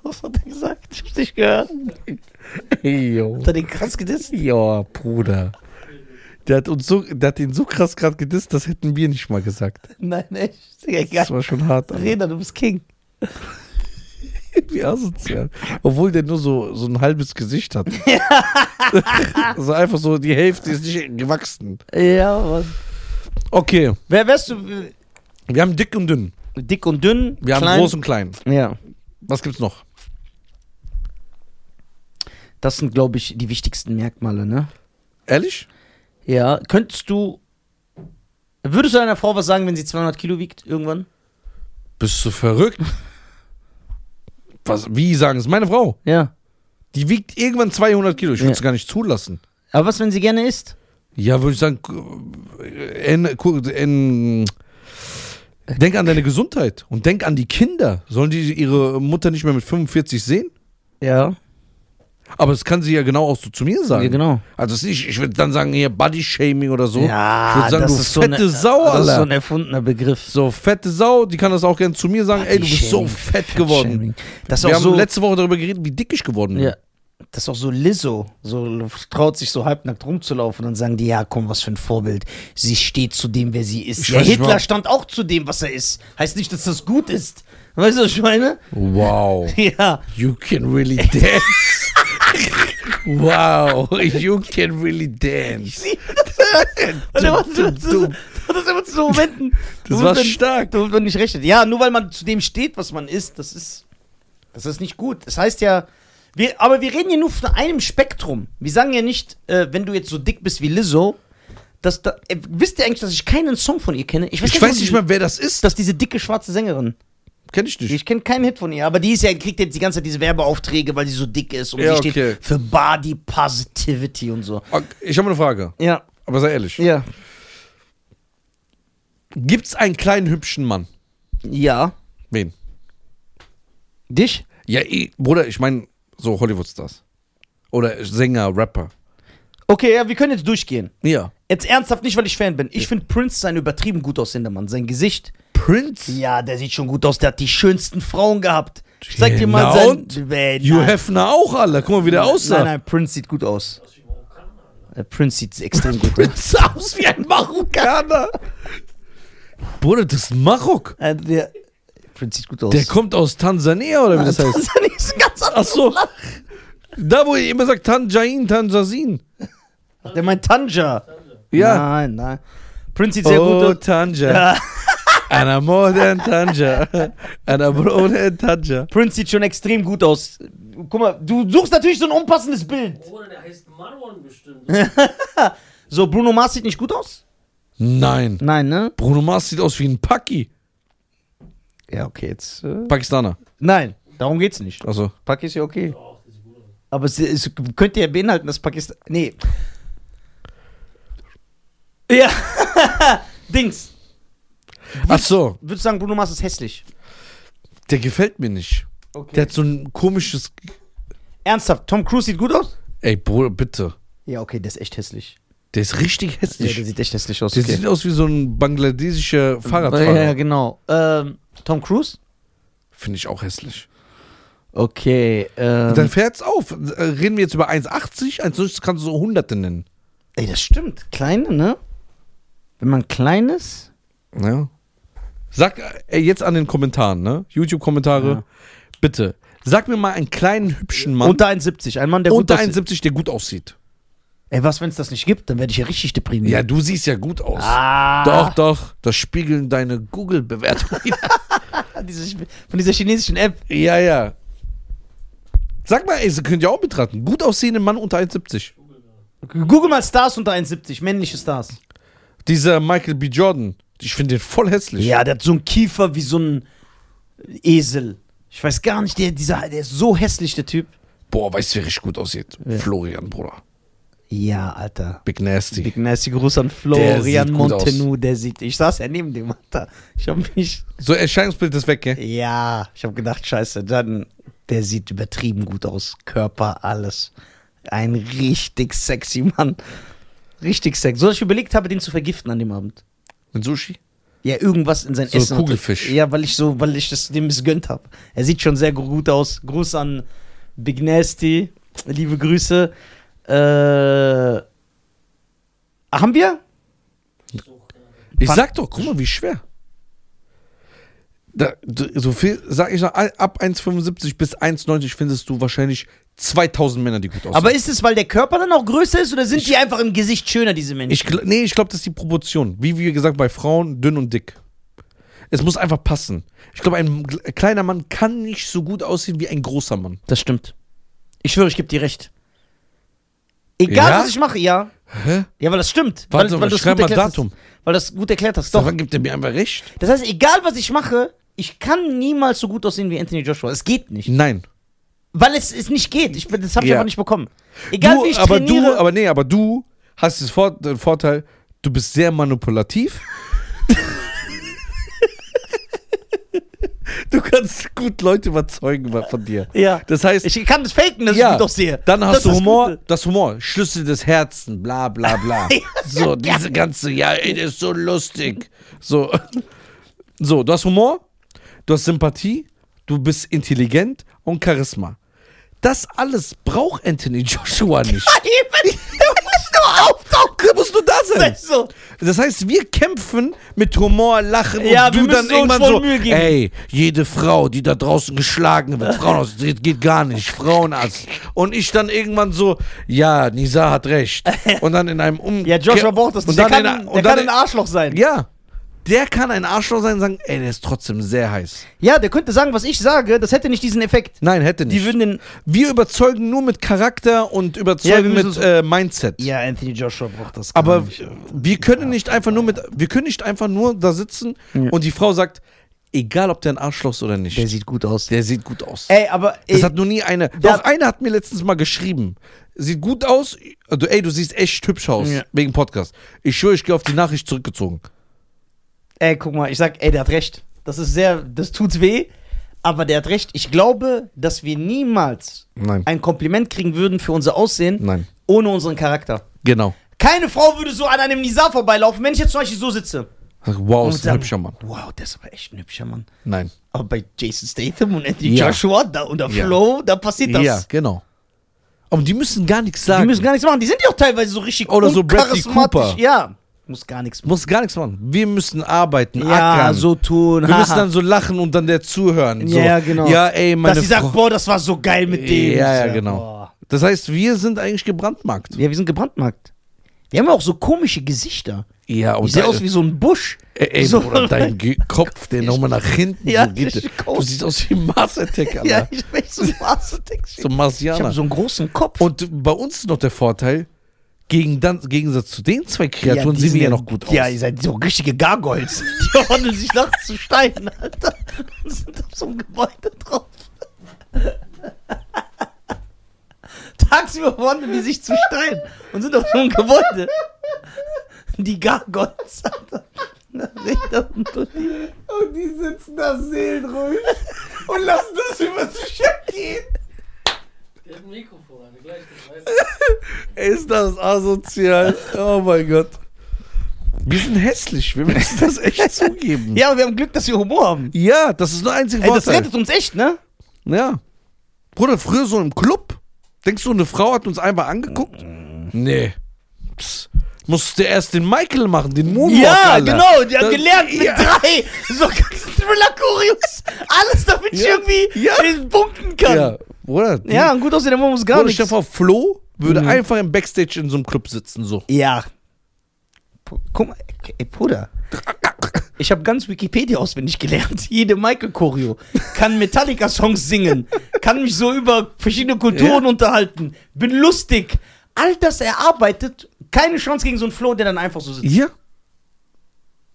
[SPEAKER 2] Was hat er gesagt? Ich hab dich gehört.
[SPEAKER 1] Jo.
[SPEAKER 2] Hat er den krass gedisst?
[SPEAKER 1] Ja, Bruder. Der hat uns so, der hat ihn so krass gerade gedisst, das hätten wir nicht mal gesagt.
[SPEAKER 2] Nein, echt. Digga,
[SPEAKER 1] Das
[SPEAKER 2] egal.
[SPEAKER 1] war schon hart. Alter.
[SPEAKER 2] Reda, du bist King.
[SPEAKER 1] Wie asozial. Obwohl der nur so, so ein halbes Gesicht hat. also einfach so, die Hälfte ist nicht gewachsen.
[SPEAKER 2] Ja, was?
[SPEAKER 1] Okay,
[SPEAKER 2] Wer wärst du? äh,
[SPEAKER 1] wir haben dick und dünn.
[SPEAKER 2] Dick und dünn?
[SPEAKER 1] Wir
[SPEAKER 2] klein?
[SPEAKER 1] haben groß und klein.
[SPEAKER 2] Ja.
[SPEAKER 1] Was gibt's noch?
[SPEAKER 2] Das sind, glaube ich, die wichtigsten Merkmale, ne?
[SPEAKER 1] Ehrlich?
[SPEAKER 2] Ja. Könntest du. Würdest du einer Frau was sagen, wenn sie 200 Kilo wiegt irgendwann?
[SPEAKER 1] Bist du verrückt? Was, wie sagen es? Meine Frau,
[SPEAKER 2] Ja.
[SPEAKER 1] die wiegt irgendwann 200 Kilo. Ich würde es
[SPEAKER 2] Ja.
[SPEAKER 1] gar nicht zulassen.
[SPEAKER 2] Aber was, wenn sie gerne isst?
[SPEAKER 1] Ja, würde ich sagen, äh, en- ku- en- denk an deine Gesundheit und denk an die Kinder. Sollen die ihre Mutter nicht mehr mit 45 sehen?
[SPEAKER 2] Ja.
[SPEAKER 1] Aber das kann sie ja genau auch so zu mir sagen.
[SPEAKER 2] Ja, genau.
[SPEAKER 1] Also es ist nicht, ich würde dann sagen, hier Body-Shaming oder so.
[SPEAKER 2] Ja,
[SPEAKER 1] ich würde sagen,
[SPEAKER 2] das
[SPEAKER 1] du
[SPEAKER 2] ist
[SPEAKER 1] fette
[SPEAKER 2] so eine,
[SPEAKER 1] Sau,
[SPEAKER 2] Das ist so
[SPEAKER 1] Alter.
[SPEAKER 2] ein erfundener Begriff.
[SPEAKER 1] So, fette Sau, die kann das auch gerne zu mir sagen, ey, du bist so
[SPEAKER 2] Ah, Shaming,
[SPEAKER 1] fett geworden.
[SPEAKER 2] Shaming. Das ist
[SPEAKER 1] Wir
[SPEAKER 2] auch
[SPEAKER 1] haben
[SPEAKER 2] so.
[SPEAKER 1] letzte Woche darüber geredet, wie dick ich geworden bin.
[SPEAKER 2] Ja. Das ist auch so Lizzo. So traut sich so halbnackt rumzulaufen und dann sagen die, ja, komm, was für ein Vorbild. Sie steht zu dem, wer sie ist.
[SPEAKER 1] Ich
[SPEAKER 2] ja,
[SPEAKER 1] weiß nicht,
[SPEAKER 2] Hitler
[SPEAKER 1] warum-
[SPEAKER 2] stand auch zu dem, was er ist. Heißt nicht, dass das gut ist. Weißt du, was ich meine?
[SPEAKER 1] Wow.
[SPEAKER 2] Ja.
[SPEAKER 1] You can really dance. wow, you can really dance.
[SPEAKER 2] Und er macht so- so- Das ist immer zu so Momenten.
[SPEAKER 1] Das
[SPEAKER 2] wo
[SPEAKER 1] war
[SPEAKER 2] man-
[SPEAKER 1] stark.
[SPEAKER 2] Wo man nicht rechnet. Ja, nur weil man zu dem steht, was man ist, das ist, das ist nicht gut. Das heißt ja, wir, aber wir reden ja nur von einem Spektrum. Wir sagen ja nicht, äh, wenn du jetzt so dick bist wie Lizzo, dass da, äh, wisst ihr eigentlich, dass ich keinen Song von ihr kenne?
[SPEAKER 1] Ich
[SPEAKER 2] gar
[SPEAKER 1] weiß nicht
[SPEAKER 2] wo
[SPEAKER 1] mal, wer das
[SPEAKER 2] die-
[SPEAKER 1] ist.
[SPEAKER 2] dass diese dicke schwarze Sängerin.
[SPEAKER 1] Kenn ich nicht.
[SPEAKER 2] Ich kenne keinen Hit von ihr, aber die ist ja, kriegt jetzt die ganze Zeit diese Werbeaufträge, weil sie so dick ist und
[SPEAKER 1] Ja,
[SPEAKER 2] sie
[SPEAKER 1] okay.
[SPEAKER 2] steht für Body Positivity und so.
[SPEAKER 1] Okay, Ah, Ich habe eine Frage,
[SPEAKER 2] Ja,
[SPEAKER 1] aber sei ehrlich.
[SPEAKER 2] ja,
[SPEAKER 1] Gibt's einen kleinen, hübschen Mann?
[SPEAKER 2] ja.
[SPEAKER 1] Wen?
[SPEAKER 2] Dich?
[SPEAKER 1] Ja, eh, Bruder, ich meine so Hollywood-Stars. Oder Sänger, Rapper.
[SPEAKER 2] Okay, ja, wir können jetzt durchgehen.
[SPEAKER 1] Ja.
[SPEAKER 2] Jetzt ernsthaft nicht, weil ich Fan bin. Ich finde Prince ist ein übertrieben gut aussehender Mann. Sein Gesicht.
[SPEAKER 1] Prince?
[SPEAKER 2] Ja, der sieht schon gut aus. Der hat die schönsten Frauen gehabt. Ich zeig dir
[SPEAKER 1] Genau.
[SPEAKER 2] mal sein. Äh,
[SPEAKER 1] You
[SPEAKER 2] nein.
[SPEAKER 1] Hefner auch, Alter. Guck mal, wie der aussah.
[SPEAKER 2] Nein, nein, Prince sieht gut aus. Äh, Prince sieht extrem gut aus.
[SPEAKER 1] Prince sah aus wie ein Marokkaner. Bruder, das ist Marok.
[SPEAKER 2] Äh, der, Prince sieht gut aus.
[SPEAKER 1] Der kommt aus Tansania oder wie
[SPEAKER 2] Ah,
[SPEAKER 1] das heißt?
[SPEAKER 2] Tansania ist ein ganz
[SPEAKER 1] Ach
[SPEAKER 2] anderes
[SPEAKER 1] so.
[SPEAKER 2] Land.
[SPEAKER 1] Da, wo ihr immer sagt Tanjain, Tanjasin.
[SPEAKER 2] Der meint Tanja.
[SPEAKER 1] Ja.
[SPEAKER 2] Nein, nein. Prince sieht sehr
[SPEAKER 1] oh,
[SPEAKER 2] gut aus.
[SPEAKER 1] Tanja.
[SPEAKER 2] Ja.
[SPEAKER 1] Anna more than Tanja. Anna more than Tanja.
[SPEAKER 2] Prince sieht schon extrem gut aus. Guck mal, du suchst natürlich so ein unpassendes Bild.
[SPEAKER 4] Bruder, der heißt Marwan bestimmt.
[SPEAKER 2] So, Bruno Mars sieht nicht gut aus?
[SPEAKER 1] Nein.
[SPEAKER 2] Nein, ne?
[SPEAKER 1] Bruno Mars sieht aus wie ein Paki.
[SPEAKER 2] Ja, okay, jetzt. Äh
[SPEAKER 1] Pakistaner.
[SPEAKER 2] Nein, darum geht's nicht.
[SPEAKER 1] Also.
[SPEAKER 2] Pack ist ja okay. Aber es, es könnte ja beinhalten, dass Pakistan. Nee. Ja. Dings.
[SPEAKER 1] Ach so,
[SPEAKER 2] Würdest du sagen, Bruno Mars ist hässlich?
[SPEAKER 1] der gefällt mir nicht.
[SPEAKER 2] Okay.
[SPEAKER 1] Der hat so ein komisches.
[SPEAKER 2] Ernsthaft, Tom Cruise sieht gut aus?
[SPEAKER 1] Ey, Bruder, bitte.
[SPEAKER 2] Ja, okay, der ist echt hässlich.
[SPEAKER 1] Der ist richtig
[SPEAKER 2] Ja,
[SPEAKER 1] hässlich.
[SPEAKER 2] der sieht echt hässlich aus.
[SPEAKER 1] der sieht aus wie so ein bangladeschischer Fahrradfahrer.
[SPEAKER 2] Ja, genau. Ähm, Tom Cruise?
[SPEAKER 1] Finde ich auch hässlich.
[SPEAKER 2] Okay. Ähm,
[SPEAKER 1] Dann fährt's auf. Äh, Reden wir jetzt über 1,80? 1,90 kannst du so Hunderte nennen.
[SPEAKER 2] ey, das stimmt. Kleine, ne? Wenn man klein ist.
[SPEAKER 1] Ja. Sag äh, jetzt an den Kommentaren, ne? YouTube-Kommentare.
[SPEAKER 2] Ja.
[SPEAKER 1] Bitte, sag mir mal einen kleinen, hübschen Mann
[SPEAKER 2] Unter 1,70. Ein Mann, der
[SPEAKER 1] unter
[SPEAKER 2] gut aussieht.
[SPEAKER 1] 1,70, der gut aussieht.
[SPEAKER 2] Ey, was, wenn es das nicht gibt? Dann werde ich ja richtig deprimiert.
[SPEAKER 1] Ja, du siehst ja gut aus.
[SPEAKER 2] Ah,
[SPEAKER 1] Doch, doch. Das spiegeln deine Google-Bewertungen wieder.
[SPEAKER 2] Diese, Ah, von dieser chinesischen App.
[SPEAKER 1] Ja, ja. Sag mal, ey, Sie könnt ja auch betrachten. Gut aussehenden Mann unter 1,70.
[SPEAKER 2] Google mal Stars unter 1,70, männliche Stars.
[SPEAKER 1] Dieser Michael B. Jordan, ich finde den voll hässlich.
[SPEAKER 2] Ja, der hat so einen Kiefer wie so ein Esel. Ich weiß gar nicht, der, dieser, der ist so hässlich, der Typ.
[SPEAKER 1] Boah, weißt du, wer richtig gut aussieht? Florian, Bruder.
[SPEAKER 2] Ja, Alter.
[SPEAKER 1] Big Nasty.
[SPEAKER 2] Big nasty Gruß an
[SPEAKER 1] Der
[SPEAKER 2] Florian
[SPEAKER 1] sieht gut aus.
[SPEAKER 2] Montenu, der sieht. Ich saß ja neben dem, Alter. Ich hab mich.
[SPEAKER 1] So, Erscheinungsbild ist weg, gell?
[SPEAKER 2] Ja, ich hab gedacht, scheiße, dann. Der sieht übertrieben gut aus. Körper, alles. Ein richtig sexy Mann. Richtig sexy. So, dass ich überlegt habe, den zu vergiften an dem Abend.
[SPEAKER 1] Mit Sushi?
[SPEAKER 2] Ja, irgendwas in sein
[SPEAKER 1] So ein
[SPEAKER 2] Essen.
[SPEAKER 1] Kugelfisch.
[SPEAKER 2] Ja, weil ich so, weil ich das dem missgönnt habe. Er sieht schon sehr gut aus. Gruß an Big Nasty. Liebe Grüße. Äh, haben wir?
[SPEAKER 1] Ich
[SPEAKER 2] Was?
[SPEAKER 1] sag doch, guck mal, wie schwer. Da, d- so viel, sag ich noch, ab 1,75 bis 1,90 findest du wahrscheinlich 2000 Männer, die gut aussehen.
[SPEAKER 2] Aber ist es, weil der Körper dann auch größer ist oder sind die einfach im Gesicht schöner, diese Menschen?
[SPEAKER 1] Ich, gl- nee, ich glaube, das ist die Proportion. Wie wir gesagt, bei Frauen dünn und dick. Es muss einfach passen. Ich glaube, ein gl- kleiner Mann kann nicht so gut aussehen wie ein großer Mann.
[SPEAKER 2] das stimmt. Ich schwöre, ich gebe dir recht. Egal,
[SPEAKER 1] Ja?
[SPEAKER 2] was ich mache, ja.
[SPEAKER 1] Hä?
[SPEAKER 2] Ja, weil das stimmt.
[SPEAKER 1] Warte
[SPEAKER 2] weil,
[SPEAKER 1] mal,
[SPEAKER 2] das
[SPEAKER 1] schreib
[SPEAKER 2] gut
[SPEAKER 1] mal
[SPEAKER 2] erklärt
[SPEAKER 1] Datum.
[SPEAKER 2] Hast. Weil das gut erklärt hast. Doch.
[SPEAKER 1] Daran gibt er mir einfach recht.
[SPEAKER 2] Das heißt, egal, was ich mache, ich kann niemals so gut aussehen wie Anthony Joshua. Es geht nicht.
[SPEAKER 1] Nein.
[SPEAKER 2] Weil es, es nicht geht. Ich, bin- das habe ich
[SPEAKER 1] Ja.
[SPEAKER 2] einfach nicht bekommen. Egal,
[SPEAKER 1] du,
[SPEAKER 2] wie ich
[SPEAKER 1] aber
[SPEAKER 2] trainiere.
[SPEAKER 1] du, aber nee, aber du hast den Vor den Vorteil, du bist sehr manipulativ. du kannst gut Leute überzeugen von dir.
[SPEAKER 2] ja.
[SPEAKER 1] Das heißt,
[SPEAKER 2] Ich kann das faken, dass ich gut aussehe.
[SPEAKER 1] Dann hast
[SPEAKER 2] Das
[SPEAKER 1] du
[SPEAKER 2] ist
[SPEAKER 1] Humor,
[SPEAKER 2] gut.
[SPEAKER 1] das Humor, Schlüssel des Herzens, bla bla bla. so, diese ganze, ja, ey, der ist so lustig. So. so, du hast Humor, du hast Sympathie, du bist intelligent und Charisma. Das alles braucht Anthony Joshua
[SPEAKER 2] Ah,
[SPEAKER 1] nicht.
[SPEAKER 2] Eben. Du musst nur auftauchen.
[SPEAKER 1] Da musst du da sein.
[SPEAKER 2] So.
[SPEAKER 1] Das heißt, wir kämpfen mit Humor, Lachen
[SPEAKER 2] Ja,
[SPEAKER 1] und
[SPEAKER 2] wir
[SPEAKER 1] du
[SPEAKER 2] müssen
[SPEAKER 1] dann
[SPEAKER 2] uns
[SPEAKER 1] irgendwann
[SPEAKER 2] voll
[SPEAKER 1] so,
[SPEAKER 2] Mühe geben.
[SPEAKER 1] ey, jede Frau, die da draußen geschlagen wird, Frauenarzt, das geht gar nicht, Frauenarzt. Und ich dann irgendwann so, ja, Nisa hat recht. Und dann in einem Um...
[SPEAKER 2] Ja, Joshua braucht das nicht.
[SPEAKER 1] Und dann
[SPEAKER 2] Der kann,
[SPEAKER 1] in,
[SPEAKER 2] der
[SPEAKER 1] und
[SPEAKER 2] kann
[SPEAKER 1] dann
[SPEAKER 2] ein Arschloch sein.
[SPEAKER 1] Ja, der kann ein Arschloch sein und sagen, ey, der ist trotzdem sehr heiß.
[SPEAKER 2] Ja, der könnte sagen, was ich sage. Das hätte nicht diesen Effekt.
[SPEAKER 1] Nein, hätte
[SPEAKER 2] Die
[SPEAKER 1] nicht.
[SPEAKER 2] würden den.
[SPEAKER 1] wir überzeugen nur mit Charakter und
[SPEAKER 2] Ja, wir
[SPEAKER 1] überzeugen
[SPEAKER 2] müssen
[SPEAKER 1] mit
[SPEAKER 2] so-
[SPEAKER 1] äh, Mindset.
[SPEAKER 2] Ja, Anthony Joshua braucht das. gar
[SPEAKER 1] Aber
[SPEAKER 2] nicht.
[SPEAKER 1] wir können nicht einfach nur mit, wir können nicht einfach nur da sitzen und die Frau sagt, egal ob der ein Arschloch ist oder nicht,
[SPEAKER 2] der
[SPEAKER 1] der,
[SPEAKER 2] sieht gut aus.
[SPEAKER 1] sieht gut aus.
[SPEAKER 2] Ey, aber.
[SPEAKER 1] das
[SPEAKER 2] ey,
[SPEAKER 1] hat nur nie eine.
[SPEAKER 2] Ja.
[SPEAKER 1] Doch eine hat mir letztens mal geschrieben, sieht gut aus, also, ey, du siehst echt hübsch aus
[SPEAKER 2] Ja.
[SPEAKER 1] wegen Podcast. Ich schwöre, ich gehe auf die Nachricht zurückgezogen.
[SPEAKER 2] ey, guck mal, ich sag, ey, der hat recht. Das ist sehr, das tut weh, aber der hat recht. Ich glaube, dass wir niemals
[SPEAKER 1] Nein,
[SPEAKER 2] ein Kompliment kriegen würden für unser Aussehen
[SPEAKER 1] nein,
[SPEAKER 2] ohne unseren Charakter.
[SPEAKER 1] genau.
[SPEAKER 2] Keine Frau würde so an einem Nizar vorbeilaufen, wenn ich jetzt zum Beispiel so sitze.
[SPEAKER 1] Wow,
[SPEAKER 2] Und
[SPEAKER 1] Oh, ist ein
[SPEAKER 2] dann-
[SPEAKER 1] hübscher Mann.
[SPEAKER 2] Wow, der ist aber echt ein hübscher Mann.
[SPEAKER 1] Nein.
[SPEAKER 2] Aber bei Jason Statham und Anthony
[SPEAKER 1] Ja.
[SPEAKER 2] Joshua da, und der
[SPEAKER 1] Ja.
[SPEAKER 2] Flow, da passiert das.
[SPEAKER 1] Ja, genau. Aber die müssen gar nichts
[SPEAKER 2] Die
[SPEAKER 1] sagen.
[SPEAKER 2] müssen gar nichts machen. Die sind ja auch teilweise so richtig
[SPEAKER 1] Oder so Bradley
[SPEAKER 2] uncharismatisch.
[SPEAKER 1] Cooper.
[SPEAKER 2] Ja, muss gar nichts machen.
[SPEAKER 1] Muss gar nichts machen. Wir müssen arbeiten,
[SPEAKER 2] Ja,
[SPEAKER 1] ackern.
[SPEAKER 2] so tun.
[SPEAKER 1] Wir
[SPEAKER 2] haha.
[SPEAKER 1] müssen dann so lachen und dann der zuhören. So.
[SPEAKER 2] Ja, genau.
[SPEAKER 1] Ja, ey, meine
[SPEAKER 2] Dass sie sagt,
[SPEAKER 1] Frau-
[SPEAKER 2] boah, das war so geil mit dem.
[SPEAKER 1] Ja, ja,
[SPEAKER 2] Ich sag,
[SPEAKER 1] genau.
[SPEAKER 2] boah.
[SPEAKER 1] Das heißt, wir sind eigentlich gebrandmarkt.
[SPEAKER 2] Ja, wir sind gebrandmarkt. Die haben ja auch so komische Gesichter.
[SPEAKER 1] Ja,
[SPEAKER 2] Die
[SPEAKER 1] und
[SPEAKER 2] sehen aus wie so ein Busch.
[SPEAKER 1] ey, ey,
[SPEAKER 2] so-
[SPEAKER 1] Bruder, dein Ge Kopf, der nochmal nach hinten
[SPEAKER 2] Ja,
[SPEAKER 1] so geht.
[SPEAKER 2] ich-
[SPEAKER 1] Du siehst aus wie ein Mars Attack, Alter.
[SPEAKER 2] Ja, ich bin so ein Marsetex.
[SPEAKER 1] So
[SPEAKER 2] Ich
[SPEAKER 1] ein Marsianer.
[SPEAKER 2] habe so einen großen Kopf.
[SPEAKER 1] und bei uns ist noch der Vorteil, gegen dann, im Gegensatz zu den zwei Kreaturen
[SPEAKER 2] die
[SPEAKER 1] sehen
[SPEAKER 2] sind
[SPEAKER 1] wir ja noch gut aus.
[SPEAKER 2] Ja, ihr seid so richtige Gargoyles. Die wandeln sich nachts zu Steinen, Alter. Und sind auf so einem Gebäude drauf. Tagsüber wandeln die sich zu Steinen und sind auf so einem Gebäude. Die Gargoyles, Alter. Da seht ihr unten die.
[SPEAKER 5] Und die sitzen da seelenruhig und lassen das über sich ergehen.
[SPEAKER 4] Der hat ein Mikrofon, Alter, gleich das
[SPEAKER 1] Ist das asozial? Oh mein Gott. Wir sind hässlich, wir müssen das echt zugeben.
[SPEAKER 2] Ja, aber wir haben Glück, dass wir Humor haben.
[SPEAKER 1] Ja, das ist nur einzige
[SPEAKER 2] Ey, das
[SPEAKER 1] Vorteil.
[SPEAKER 2] rettet uns echt, ne?
[SPEAKER 1] Ja. Bruder, früher so im Club. Denkst du, eine Frau hat uns einmal angeguckt? Nee. Psst. Musste erst den Michael machen, den Moonwalk.
[SPEAKER 2] Ja,
[SPEAKER 1] Uh, Alter.
[SPEAKER 2] genau, die haben
[SPEAKER 1] Das-
[SPEAKER 2] gelernt mit drei. So ganz Thriller-Kurios. Alles, damit ich
[SPEAKER 1] Ja,
[SPEAKER 2] irgendwie
[SPEAKER 1] ja.
[SPEAKER 2] den punkten kann.
[SPEAKER 1] Ja,
[SPEAKER 2] Ja,
[SPEAKER 1] Bruder. Die,
[SPEAKER 2] ein gut aussehender Mann muss gar
[SPEAKER 1] Bruder,
[SPEAKER 2] nichts.
[SPEAKER 1] Stefan Flo würde einfach im Backstage in so einem Club sitzen, so.
[SPEAKER 2] Ja. Pu- Guck mal, ey, Bruder. Ich habe ganz Wikipedia auswendig gelernt. Jede Michael Choreo kann Metallica Songs singen, kann mich so über verschiedene Kulturen
[SPEAKER 1] Ja.
[SPEAKER 2] unterhalten, bin lustig. All das erarbeitet, keine Chance gegen so einen Flo, der dann einfach so sitzt.
[SPEAKER 1] Ja.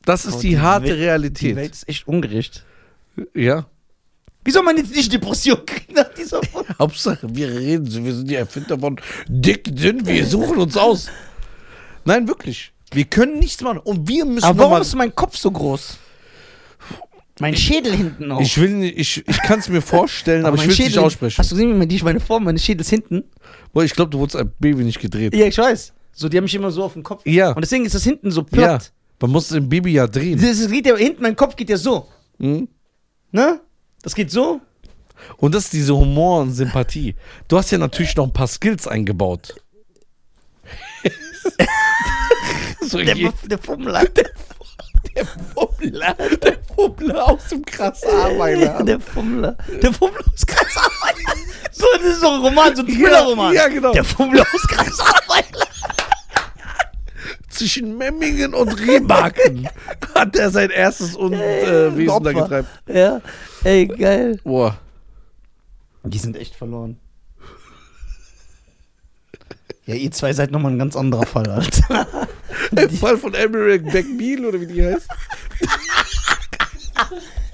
[SPEAKER 1] Das ist
[SPEAKER 2] Oh,
[SPEAKER 1] die,
[SPEAKER 2] die
[SPEAKER 1] harte
[SPEAKER 2] Welt- Die Welt
[SPEAKER 1] Realität.
[SPEAKER 2] ist echt ungerecht.
[SPEAKER 1] Ja.
[SPEAKER 2] Wie soll man jetzt nicht Depression kriegen nach dieser Folge?
[SPEAKER 1] Hauptsache, wir reden so, wir sind die Erfinder von dick dünn, wir suchen uns aus. Nein, wirklich. Wir können nichts machen und wir müssen noch
[SPEAKER 2] Aber
[SPEAKER 1] mal-
[SPEAKER 2] warum ist mein Kopf so groß? Mein Schädel hinten auch.
[SPEAKER 1] Ich will nicht, ich, ich kann es mir vorstellen, aber, ich will es nicht aussprechen.
[SPEAKER 2] Hast du gesehen, wie man- die- meine Form meines Schädels hinten?
[SPEAKER 1] Boah, ich glaube, du wurdest ein Baby nicht gedreht.
[SPEAKER 2] Ja, ich weiß. So, die haben mich immer so auf den Kopf.
[SPEAKER 1] Ja.
[SPEAKER 2] Und deswegen ist das hinten so platt.
[SPEAKER 1] Man muss ein Baby ja drehen.
[SPEAKER 2] Das geht ja hinten, mein Kopf geht ja so.
[SPEAKER 1] Mhm.
[SPEAKER 2] Ne? Das geht so.
[SPEAKER 1] Und das ist diese Humor und Sympathie. Du hast ja natürlich noch ein paar Skills eingebaut. so,
[SPEAKER 2] Der,
[SPEAKER 1] je,
[SPEAKER 2] der Fummel. Der Der Fummler.
[SPEAKER 5] Der Pummler aus dem krass Arbeiter.
[SPEAKER 2] Der Fummler. Der Fummler aus Kreisarbeiter. So, das ist so ein Roman, so ein Thriller-Roman.
[SPEAKER 1] Ja, genau.
[SPEAKER 2] Der Fummler aus Kreisarbeiter.
[SPEAKER 1] Zwischen Memmingen und Rehbaken hat er sein erstes und äh, Wesen da
[SPEAKER 2] Opfer.
[SPEAKER 1] getreibt.
[SPEAKER 2] Ja. Ey, geil.
[SPEAKER 1] Boah.
[SPEAKER 2] Die sind echt verloren. Ja, ihr zwei seid nochmal ein ganz anderer Fall, Alter.
[SPEAKER 1] Im Fall von Emmerich Beckmeal oder wie die heißt.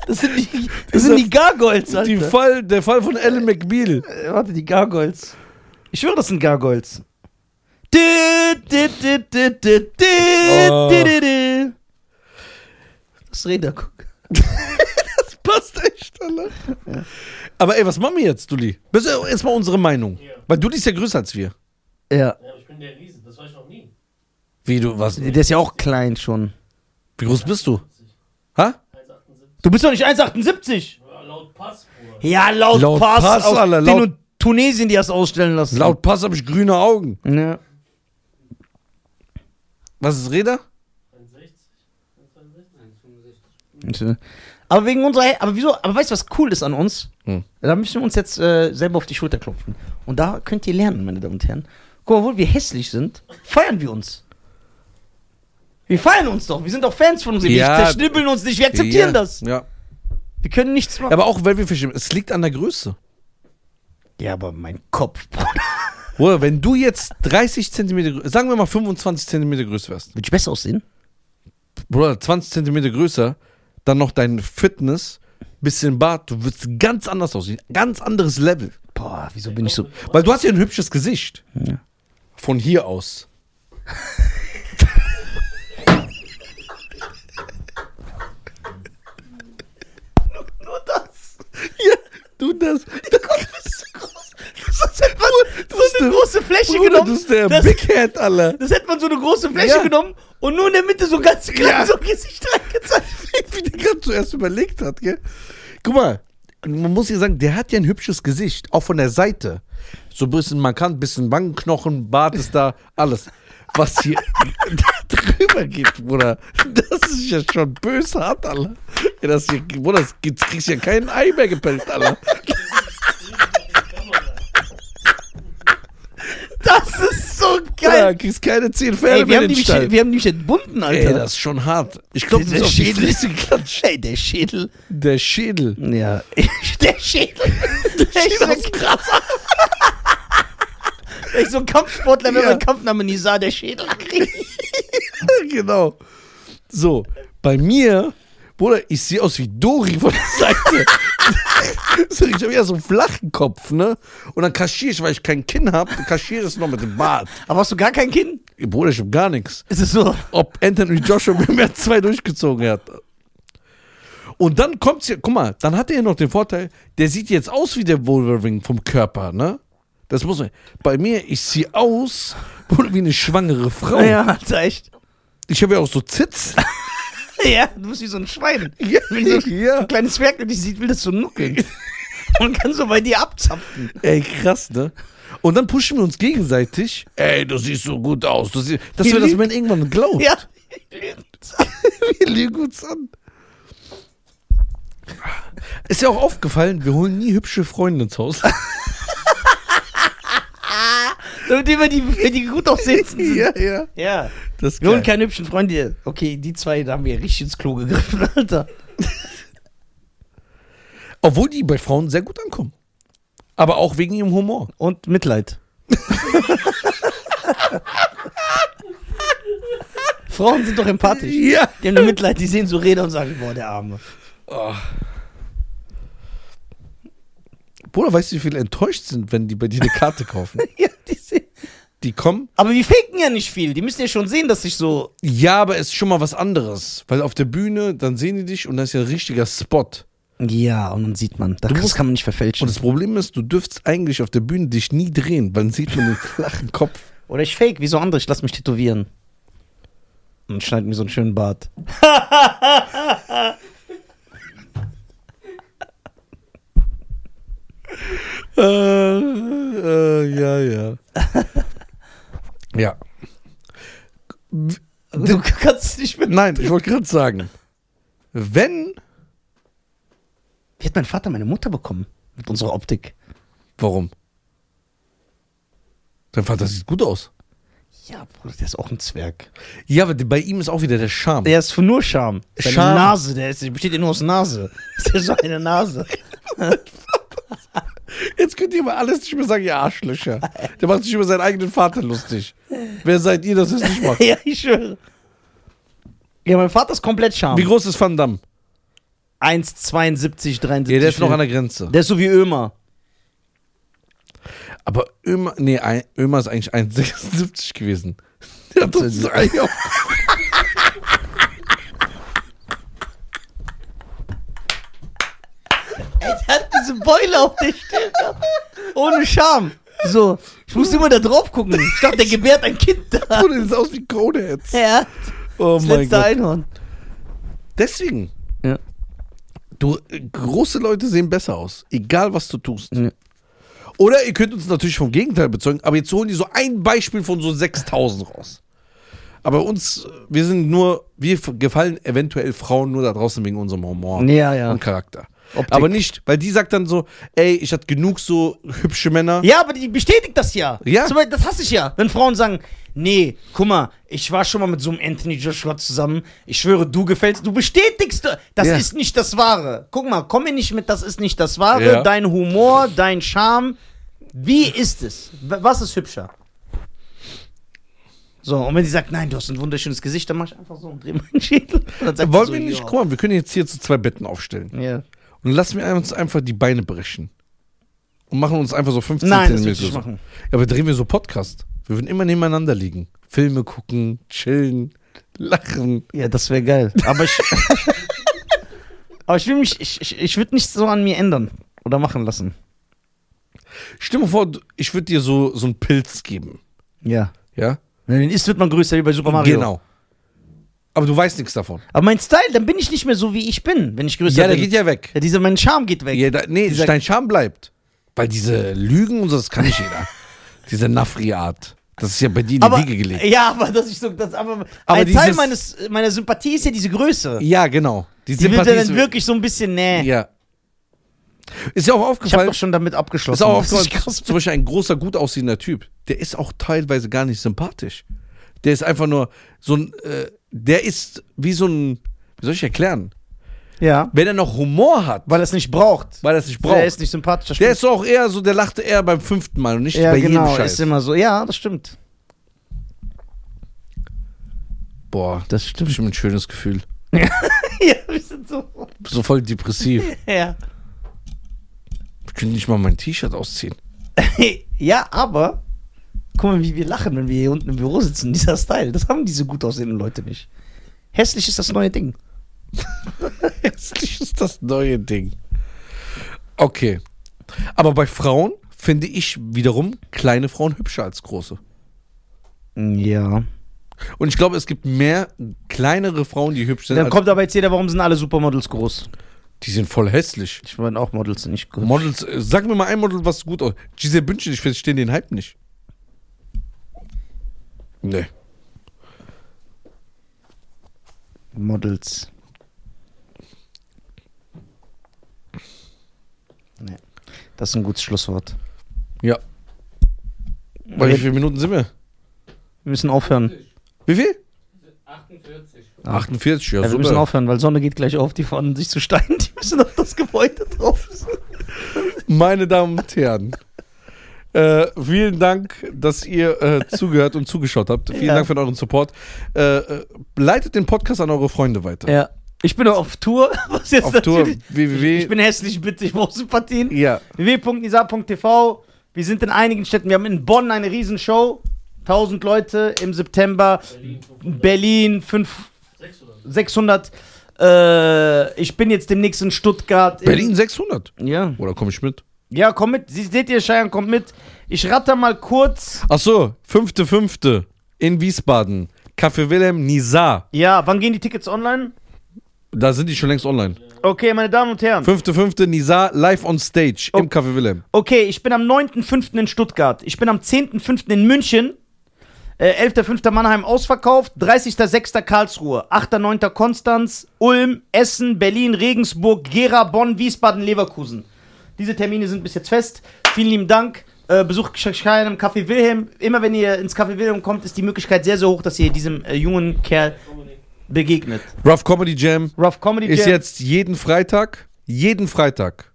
[SPEAKER 2] Das sind die, das sind die Gargoyles, Alter.
[SPEAKER 1] Die Fall, der Fall von Ellen McBeal.
[SPEAKER 2] Äh, Warte, die Gargoyles. Ich schwöre, das sind Gargoyles. Du, du, du, du, du, du,
[SPEAKER 1] Oh.
[SPEAKER 2] du, du, du. Das Räder, guck.
[SPEAKER 1] Das passt echt, Alter. Aber ey, was machen wir jetzt, Dulli? Das ist ja erstmal unsere Meinung.
[SPEAKER 4] Ja.
[SPEAKER 1] Weil Dulli ist ja größer als wir.
[SPEAKER 2] Ja,
[SPEAKER 4] Ja, aber ich bin der Riese, das war ich noch nie.
[SPEAKER 1] Wie, du, was,
[SPEAKER 2] der ist ja auch klein schon.
[SPEAKER 1] wie groß bist du? Ha?
[SPEAKER 4] 1,78.
[SPEAKER 2] Du bist doch nicht 1,78.
[SPEAKER 4] Ja, laut Pass, Bruder.
[SPEAKER 2] Ja, laut,
[SPEAKER 1] Laut
[SPEAKER 2] Pass.
[SPEAKER 1] Pass,
[SPEAKER 2] aus
[SPEAKER 1] Alter,
[SPEAKER 2] den
[SPEAKER 1] laut-
[SPEAKER 2] und Tunesien, die das ausstellen lassen.
[SPEAKER 1] Laut Pass habe ich grüne Augen.
[SPEAKER 2] Ja.
[SPEAKER 1] Was ist Räder?
[SPEAKER 4] 1,60. 1,62.
[SPEAKER 2] äh, Aber wegen unserer, aber wieso, aber weißt du, was cool ist an uns?
[SPEAKER 1] Hm.
[SPEAKER 2] Da müssen wir uns jetzt äh, selber auf die Schulter klopfen. Und da könnt ihr lernen, meine Damen und Herren. Guck mal, obwohl wir hässlich sind, feiern wir uns. Wir feiern uns doch. Wir sind doch Fans von uns.
[SPEAKER 1] Ja.
[SPEAKER 2] Wir zerschnibbeln uns nicht. Wir akzeptieren
[SPEAKER 1] ja.
[SPEAKER 2] das.
[SPEAKER 1] Ja.
[SPEAKER 2] Wir können nichts machen.
[SPEAKER 1] Aber auch, wenn wir verschieben, es liegt an der Größe.
[SPEAKER 2] ja, aber mein Kopf, Bruder.
[SPEAKER 1] Bruder, wenn du jetzt 30 Zentimeter, sagen wir mal 25 Zentimeter größer wärst,
[SPEAKER 2] Würde ich besser aussehen?
[SPEAKER 1] Bruder, 20 Zentimeter größer, dann noch dein Fitness, bisschen Bart, du wirst ganz anders aussehen. Ganz anderes Level.
[SPEAKER 2] Boah, wieso bin ich so.
[SPEAKER 1] Weil du hast ja ein hübsches Gesicht.
[SPEAKER 2] Ja.
[SPEAKER 1] Von hier aus.
[SPEAKER 2] Nur das.
[SPEAKER 1] Ja, du das.
[SPEAKER 2] Das hat man so eine große Fläche
[SPEAKER 1] Bruder,
[SPEAKER 2] genommen.
[SPEAKER 1] du bist der
[SPEAKER 2] das,
[SPEAKER 1] Big Head, Alter.
[SPEAKER 2] das hätte man so eine große Fläche
[SPEAKER 1] Ja.
[SPEAKER 2] genommen und nur in der Mitte so ganz klein
[SPEAKER 1] Ja.
[SPEAKER 2] so ein Gesicht reingezeichnet.
[SPEAKER 1] Wie der gerade zuerst überlegt hat, gell? Guck mal, man muss ja sagen, der hat ja ein hübsches Gesicht, auch von der Seite. So ein bisschen markant, bisschen Wangenknochen, Bart ist da, alles. Was hier drüber geht, Bruder, das ist ja schon böse hart, Alter. Ja, das hier, Bruder, das gibt- kriegst ja keinen Ei mehr gepellt, Alter.
[SPEAKER 2] Das ist so
[SPEAKER 1] Bruder,
[SPEAKER 2] geil.
[SPEAKER 1] kriegst keine zehn Pferde
[SPEAKER 2] Ey, wir,
[SPEAKER 1] mehr
[SPEAKER 2] haben
[SPEAKER 1] in
[SPEAKER 2] die
[SPEAKER 1] den
[SPEAKER 2] mich,
[SPEAKER 1] Stall.
[SPEAKER 2] wir haben die mich entbunden, Alter.
[SPEAKER 1] Ey, das ist schon hart. Ich glaube,
[SPEAKER 2] der,
[SPEAKER 1] das ist
[SPEAKER 2] Schädel
[SPEAKER 1] Schädel.
[SPEAKER 2] ist geklatscht. Ey, der Schädel.
[SPEAKER 1] Der Schädel.
[SPEAKER 2] Ja. der Schädel. Der Schädel ist krass. Wenn ich so ein Kampfsportler wäre,
[SPEAKER 1] Ja.
[SPEAKER 2] mein Kampfname Nisa, der Schädel kriegt.
[SPEAKER 1] genau. So, bei mir, Bruder, ich sehe aus wie Dori von der Seite. so, ich habe ja so einen flachen Kopf, ne? Und dann kaschiere ich, weil ich kein Kinn habe, kaschiere ich es noch mit dem Bart.
[SPEAKER 2] Aber hast du gar kein Kinn?
[SPEAKER 1] Bruder, ich habe gar nichts.
[SPEAKER 2] Ist es so?
[SPEAKER 1] Ob Anthony Joshua mit mehr zwei durchgezogen hat. Und dann kommt's ja, guck mal, dann hat er ja noch den Vorteil, der sieht jetzt aus wie der Wolverine vom Körper, ne? Das muss man. Bei mir, ich sehe aus Bruder, wie eine schwangere Frau.
[SPEAKER 2] Ja, Alter, echt.
[SPEAKER 1] Ich habe ja auch so Zitz.
[SPEAKER 2] Ja, du bist wie so ein Schwein.
[SPEAKER 1] ja,
[SPEAKER 2] Wenn so
[SPEAKER 1] ja.
[SPEAKER 2] ein kleines Werk dich sieht, will das so nuckeln. Und kann so bei dir abzapfen.
[SPEAKER 1] Ey, krass, ne? Und dann pushen wir uns gegenseitig. Ey, du siehst so gut aus. Du siehst, dass wir das man irgendwann glaubt.
[SPEAKER 2] Ja.
[SPEAKER 1] wir lügen uns an. Ist ja auch aufgefallen, wir holen nie hübsche Freunde ins Haus.
[SPEAKER 2] Damit die immer die, die gut aussehen sind.
[SPEAKER 1] ja.
[SPEAKER 2] ja.
[SPEAKER 1] Das ist
[SPEAKER 2] Wir holen
[SPEAKER 1] geil.
[SPEAKER 2] keine hübschen Freunde. Okay, die zwei, da haben wir richtig ins Klo gegriffen, Alter.
[SPEAKER 1] Obwohl die bei Frauen sehr gut ankommen. Aber auch wegen ihrem Humor.
[SPEAKER 2] Und Mitleid. Frauen sind doch empathisch.
[SPEAKER 1] Ja.
[SPEAKER 2] Die haben nur Mitleid, die sehen so Räder und sagen, boah, der Arme.
[SPEAKER 1] Oh. Bruder, weißt du, wie viele enttäuscht sind, wenn die bei dir eine Karte kaufen?
[SPEAKER 2] Ja, die sehen.
[SPEAKER 1] Die kommen,
[SPEAKER 2] Aber wir faken ja nicht viel. Die müssen ja schon sehen, dass ich so.
[SPEAKER 1] ja, aber es ist schon mal was anderes. Weil auf der Bühne, dann sehen die dich und das ist ja ein richtiger Spot.
[SPEAKER 2] Ja, und dann sieht man. Das
[SPEAKER 1] musst-
[SPEAKER 2] kann man nicht verfälschen.
[SPEAKER 1] Und das Problem ist, du dürftest eigentlich auf der Bühne dich nie drehen, weil dann sieht man den flachen Kopf.
[SPEAKER 2] Oder ich fake, wie so andere, ich lass mich tätowieren. Und schneid mir so einen schönen Bart.
[SPEAKER 1] Äh, äh, ja, ja. ja. W-
[SPEAKER 2] Du kannst es nicht mehr.
[SPEAKER 1] Nein, ich wollte gerade sagen, wenn,
[SPEAKER 2] Wie hat mein Vater meine Mutter bekommen? Mit unserer Optik.
[SPEAKER 1] warum? Dein Vater sieht gut aus.
[SPEAKER 2] Ja, Bruder, der ist auch ein Zwerg.
[SPEAKER 1] Ja, aber bei ihm ist auch wieder der Charme.
[SPEAKER 2] Der ist von nur Scham. Seine
[SPEAKER 1] Scham.
[SPEAKER 2] Nase, der, ist, der besteht ja nur aus Nase. Ist ja so eine Nase.
[SPEAKER 1] Jetzt könnt ihr mal alles nicht mehr sagen, ihr Arschlöcher. Der macht sich über seinen eigenen Vater lustig. Wer seid ihr, dass ihr es nicht macht?
[SPEAKER 2] ja, ich schwöre. Ja, mein Vater ist komplett Scham.
[SPEAKER 1] Wie groß ist Van Damme?
[SPEAKER 2] 1, 72, 73.
[SPEAKER 1] Ja, der ist noch an der Grenze.
[SPEAKER 2] Der ist so wie Ömer.
[SPEAKER 1] Aber Ömer, nee, ein- Ömer ist eigentlich 1,76 gewesen. Der hat uns drei auf.
[SPEAKER 2] Der hat diese Beule auf der Stirn. gehabt. Ohne Scham. So, ich muss immer da drauf gucken. Ich dachte, der gebärt ein Kind da.
[SPEAKER 1] Bruder, das sieht aus wie Coneheads.
[SPEAKER 2] Ja,
[SPEAKER 1] Oh
[SPEAKER 2] das
[SPEAKER 1] mein
[SPEAKER 2] letzte
[SPEAKER 1] Gott.
[SPEAKER 2] Einhorn.
[SPEAKER 1] Deswegen.
[SPEAKER 2] Ja.
[SPEAKER 1] Du, äh, große Leute sehen besser aus. Egal, was du tust.
[SPEAKER 2] Ja.
[SPEAKER 1] Oder ihr könnt uns natürlich vom Gegenteil bezeugen, aber jetzt holen die so ein Beispiel von so 6000 raus. Aber uns, äh, wir sind nur, wir f- gefallen eventuell Frauen nur da draußen wegen unserem Humor
[SPEAKER 2] Ja, ja.
[SPEAKER 1] und Charakter.
[SPEAKER 2] Optik.
[SPEAKER 1] Aber nicht, weil die sagt dann so, ey, ich hatte genug so hübsche Männer.
[SPEAKER 2] Ja, aber die bestätigt das ja.
[SPEAKER 1] Ja.
[SPEAKER 2] Zum Beispiel, das hasse ich ja. Wenn Frauen sagen, nee, guck mal, ich war schon mal mit so einem Anthony Joshua zusammen. Ich schwöre, du gefällst, du bestätigst, das
[SPEAKER 1] Ja.
[SPEAKER 2] ist nicht das Wahre. Guck mal, komm mir nicht mit, das ist nicht das Wahre.
[SPEAKER 1] Ja.
[SPEAKER 2] Dein Humor, dein Charme. Wie ist es? W- Was ist hübscher? So, und wenn sie sagt, nein, du hast ein wunderschönes Gesicht, dann mach ich einfach so und dreh meinen Schädel. Und dann sagt sie
[SPEAKER 1] Äh, Wollen
[SPEAKER 2] so,
[SPEAKER 1] wir nicht,
[SPEAKER 2] ja.
[SPEAKER 1] guck mal, wir können jetzt hier zu zwei Betten aufstellen.
[SPEAKER 2] Ja.
[SPEAKER 1] Und lassen wir uns einfach die Beine brechen. Und machen uns einfach so 15
[SPEAKER 2] Nein, das will ich
[SPEAKER 1] Zentimeter
[SPEAKER 2] nicht
[SPEAKER 1] so.
[SPEAKER 2] machen.
[SPEAKER 1] Ja, aber drehen wir so Podcast. Wir würden immer nebeneinander liegen. Filme gucken, chillen, lachen.
[SPEAKER 2] Ja, das wäre geil. Aber ich. aber ich will mich. Ich, ich, ich würde nichts so an mir ändern oder machen lassen.
[SPEAKER 1] Stell dir mal vor, du- ich würde dir so, so einen Pilz geben.
[SPEAKER 2] Ja.
[SPEAKER 1] Ja?
[SPEAKER 2] Wenn den isst, wird man größer wie bei Super Oh, Mario.
[SPEAKER 1] Genau. Aber du weißt nichts davon.
[SPEAKER 2] Aber mein Style, dann bin ich nicht mehr so, wie ich bin, wenn ich größer
[SPEAKER 1] Ja, der
[SPEAKER 2] bin.
[SPEAKER 1] geht ja weg.
[SPEAKER 2] ja, dieser, mein Charme geht weg.
[SPEAKER 1] Ja, da, nee,
[SPEAKER 2] Dieser-
[SPEAKER 1] dein Charme bleibt. Weil diese Lügen und so, das kann nicht jeder. Diese Nafri-Art. Das ist ja bei dir in die
[SPEAKER 2] aber,
[SPEAKER 1] Wiege gelegt.
[SPEAKER 2] Ja, aber dass ich so. Das, aber,
[SPEAKER 1] Aber
[SPEAKER 2] ein Teil
[SPEAKER 1] dieses-
[SPEAKER 2] meines, meiner Sympathie ist ja diese Größe.
[SPEAKER 1] Ja, genau.
[SPEAKER 2] Die wird ja
[SPEAKER 1] Sympathie
[SPEAKER 2] dann
[SPEAKER 1] ist-
[SPEAKER 2] wirklich so ein bisschen, nee.
[SPEAKER 1] Ja. Ist ja auch
[SPEAKER 2] Ich habe
[SPEAKER 1] aufgefallen.
[SPEAKER 2] doch schon damit abgeschlossen.
[SPEAKER 1] Ist auch
[SPEAKER 2] dass ich
[SPEAKER 1] aufgefallen,
[SPEAKER 2] krass
[SPEAKER 1] zum Beispiel ein großer, gut aussehender Typ, der ist auch teilweise gar nicht sympathisch. Der ist einfach nur so ein, äh, der ist wie so ein, wie soll ich erklären?
[SPEAKER 2] bin. Ja.
[SPEAKER 1] Wenn er noch Humor hat,
[SPEAKER 2] Weil er es nicht braucht.
[SPEAKER 1] weil er es nicht braucht,
[SPEAKER 2] Der ist nicht sympathisch. das
[SPEAKER 1] der
[SPEAKER 2] stimmt.
[SPEAKER 1] ist auch eher so, der lachte eher beim fünften Mal und nicht
[SPEAKER 2] ja,
[SPEAKER 1] bei jedem
[SPEAKER 2] genau,
[SPEAKER 1] Scheiß.
[SPEAKER 2] ist immer so. Ja, das stimmt.
[SPEAKER 1] Boah, das
[SPEAKER 2] Das
[SPEAKER 1] ist
[SPEAKER 2] stimmt.
[SPEAKER 1] bestimmt ein schönes Gefühl.
[SPEAKER 2] ja, wir sind so.
[SPEAKER 1] So voll depressiv.
[SPEAKER 2] Ja.
[SPEAKER 1] Ich könnte nicht mal mein T-Shirt ausziehen.
[SPEAKER 2] ja, aber guck mal, wie wir lachen, wenn wir hier unten im Büro sitzen. Dieser Style, das haben diese gut aussehenden Leute nicht. Hässlich ist das neue Ding.
[SPEAKER 1] Hässlich ist das neue Ding. Okay. Aber bei Frauen finde ich wiederum kleine Frauen hübscher als große.
[SPEAKER 2] Ja.
[SPEAKER 1] Und ich glaube, es gibt mehr kleinere Frauen, die hübsch sind.
[SPEAKER 2] Dann
[SPEAKER 1] als-
[SPEAKER 2] kommt aber jetzt jeder, warum sind alle Supermodels groß?
[SPEAKER 1] die sind voll hässlich.
[SPEAKER 2] Ich meine auch Models sind nicht groß.
[SPEAKER 1] Models, äh, sag mir mal ein Model, was gut aussieht. Giselle Bündchen, ich verstehe den Hype nicht. Nee.
[SPEAKER 2] Models. Nee. Das ist ein gutes Schlusswort.
[SPEAKER 1] Ja. Bei wie
[SPEAKER 2] Wir,
[SPEAKER 1] vielen Minuten sind wir?
[SPEAKER 2] wir müssen aufhören.
[SPEAKER 1] Wie viel?
[SPEAKER 4] 48.
[SPEAKER 1] 48, ja,
[SPEAKER 2] Ja, Also wir
[SPEAKER 1] super.
[SPEAKER 2] müssen aufhören, weil Sonne geht gleich auf, die fahren sich zu Steinen, die müssen auf das Gebäude drauf.
[SPEAKER 1] Meine Damen und Herren, äh, vielen Dank, dass ihr äh, zugehört und zugeschaut habt. Vielen
[SPEAKER 2] Ja.
[SPEAKER 1] Dank für euren Support. Äh, äh, leitet den Podcast an eure Freunde weiter.
[SPEAKER 2] Ja. Ich bin auf Tour. Was jetzt
[SPEAKER 1] Auf Tour
[SPEAKER 2] natürlich-
[SPEAKER 1] www.
[SPEAKER 2] Ich bin hässlich, bitte. Ich brauche Sympathien.
[SPEAKER 1] ja.
[SPEAKER 2] www.nisa.tv. Wir sind in einigen Städten. Wir haben in Bonn eine Riesenshow. 1000 Leute im September.
[SPEAKER 4] Berlin 500.
[SPEAKER 2] Berlin fünf- 600.
[SPEAKER 4] 600.
[SPEAKER 2] Äh, ich bin jetzt demnächst in Stuttgart. in-
[SPEAKER 1] Berlin 600.
[SPEAKER 2] Ja.
[SPEAKER 1] Oder komme ich mit?
[SPEAKER 2] Ja, komm mit. Sie, seht ihr, Scheiern, kommt mit. Ich ratter mal kurz.
[SPEAKER 1] Ach so, fünfte, fünfte in Wiesbaden. Café Wilhelm Nizar.
[SPEAKER 2] Ja, wann gehen die Tickets online?
[SPEAKER 1] Da sind die schon längst online.
[SPEAKER 2] Okay, meine Damen und Herren.
[SPEAKER 1] Fünfte, fünfte Nizar live on stage
[SPEAKER 2] Oh.
[SPEAKER 1] im Café Wilhelm.
[SPEAKER 2] Okay, ich bin am 9.5. in Stuttgart. Ich bin am 10.5. in München. Äh, 11.05. Mannheim ausverkauft, 30.06. Karlsruhe, 8.09. Konstanz, Ulm, Essen, Berlin, Regensburg, Gera, Bonn, Wiesbaden, Leverkusen. Diese Termine sind bis jetzt fest. Vielen lieben Dank. Äh, Besucht Schein im Café Wilhelm. Immer wenn ihr ins Café Wilhelm kommt, ist die Möglichkeit sehr, sehr hoch, dass ihr diesem äh, jungen Kerl begegnet.
[SPEAKER 1] Rough Comedy Jam
[SPEAKER 2] Rough Comedy
[SPEAKER 1] ist
[SPEAKER 2] Jam.
[SPEAKER 1] jetzt jeden Freitag, jeden Freitag,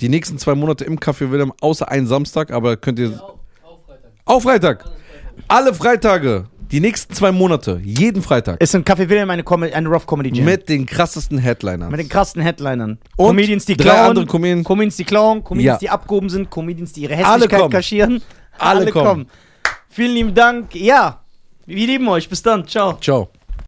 [SPEAKER 1] die nächsten zwei Monate im Café Wilhelm, außer einen Samstag, aber könnt ihr.
[SPEAKER 4] Auch Freitag.
[SPEAKER 1] Auch Freitag! Alle Freitage, die nächsten zwei Monate, jeden Freitag.
[SPEAKER 2] ist im Café Wilhelm eine, Comedy, eine Rough Comedy Jam.
[SPEAKER 1] Mit den krassesten Headlinern.
[SPEAKER 2] Mit den krassen Headlinern.
[SPEAKER 1] Und
[SPEAKER 2] Comedians, die
[SPEAKER 1] drei
[SPEAKER 2] klauen.
[SPEAKER 1] andere Comedians.
[SPEAKER 2] Comedians, die klauen. Comedians,
[SPEAKER 1] Ja.
[SPEAKER 2] die abgehoben sind. Comedians, die ihre
[SPEAKER 1] Alle
[SPEAKER 2] Hässlichkeit
[SPEAKER 1] kommen.
[SPEAKER 2] kaschieren.
[SPEAKER 1] Alle kommen.
[SPEAKER 2] Vielen lieben Dank. Ja, wir lieben euch. Bis dann. Ciao.
[SPEAKER 1] Ciao.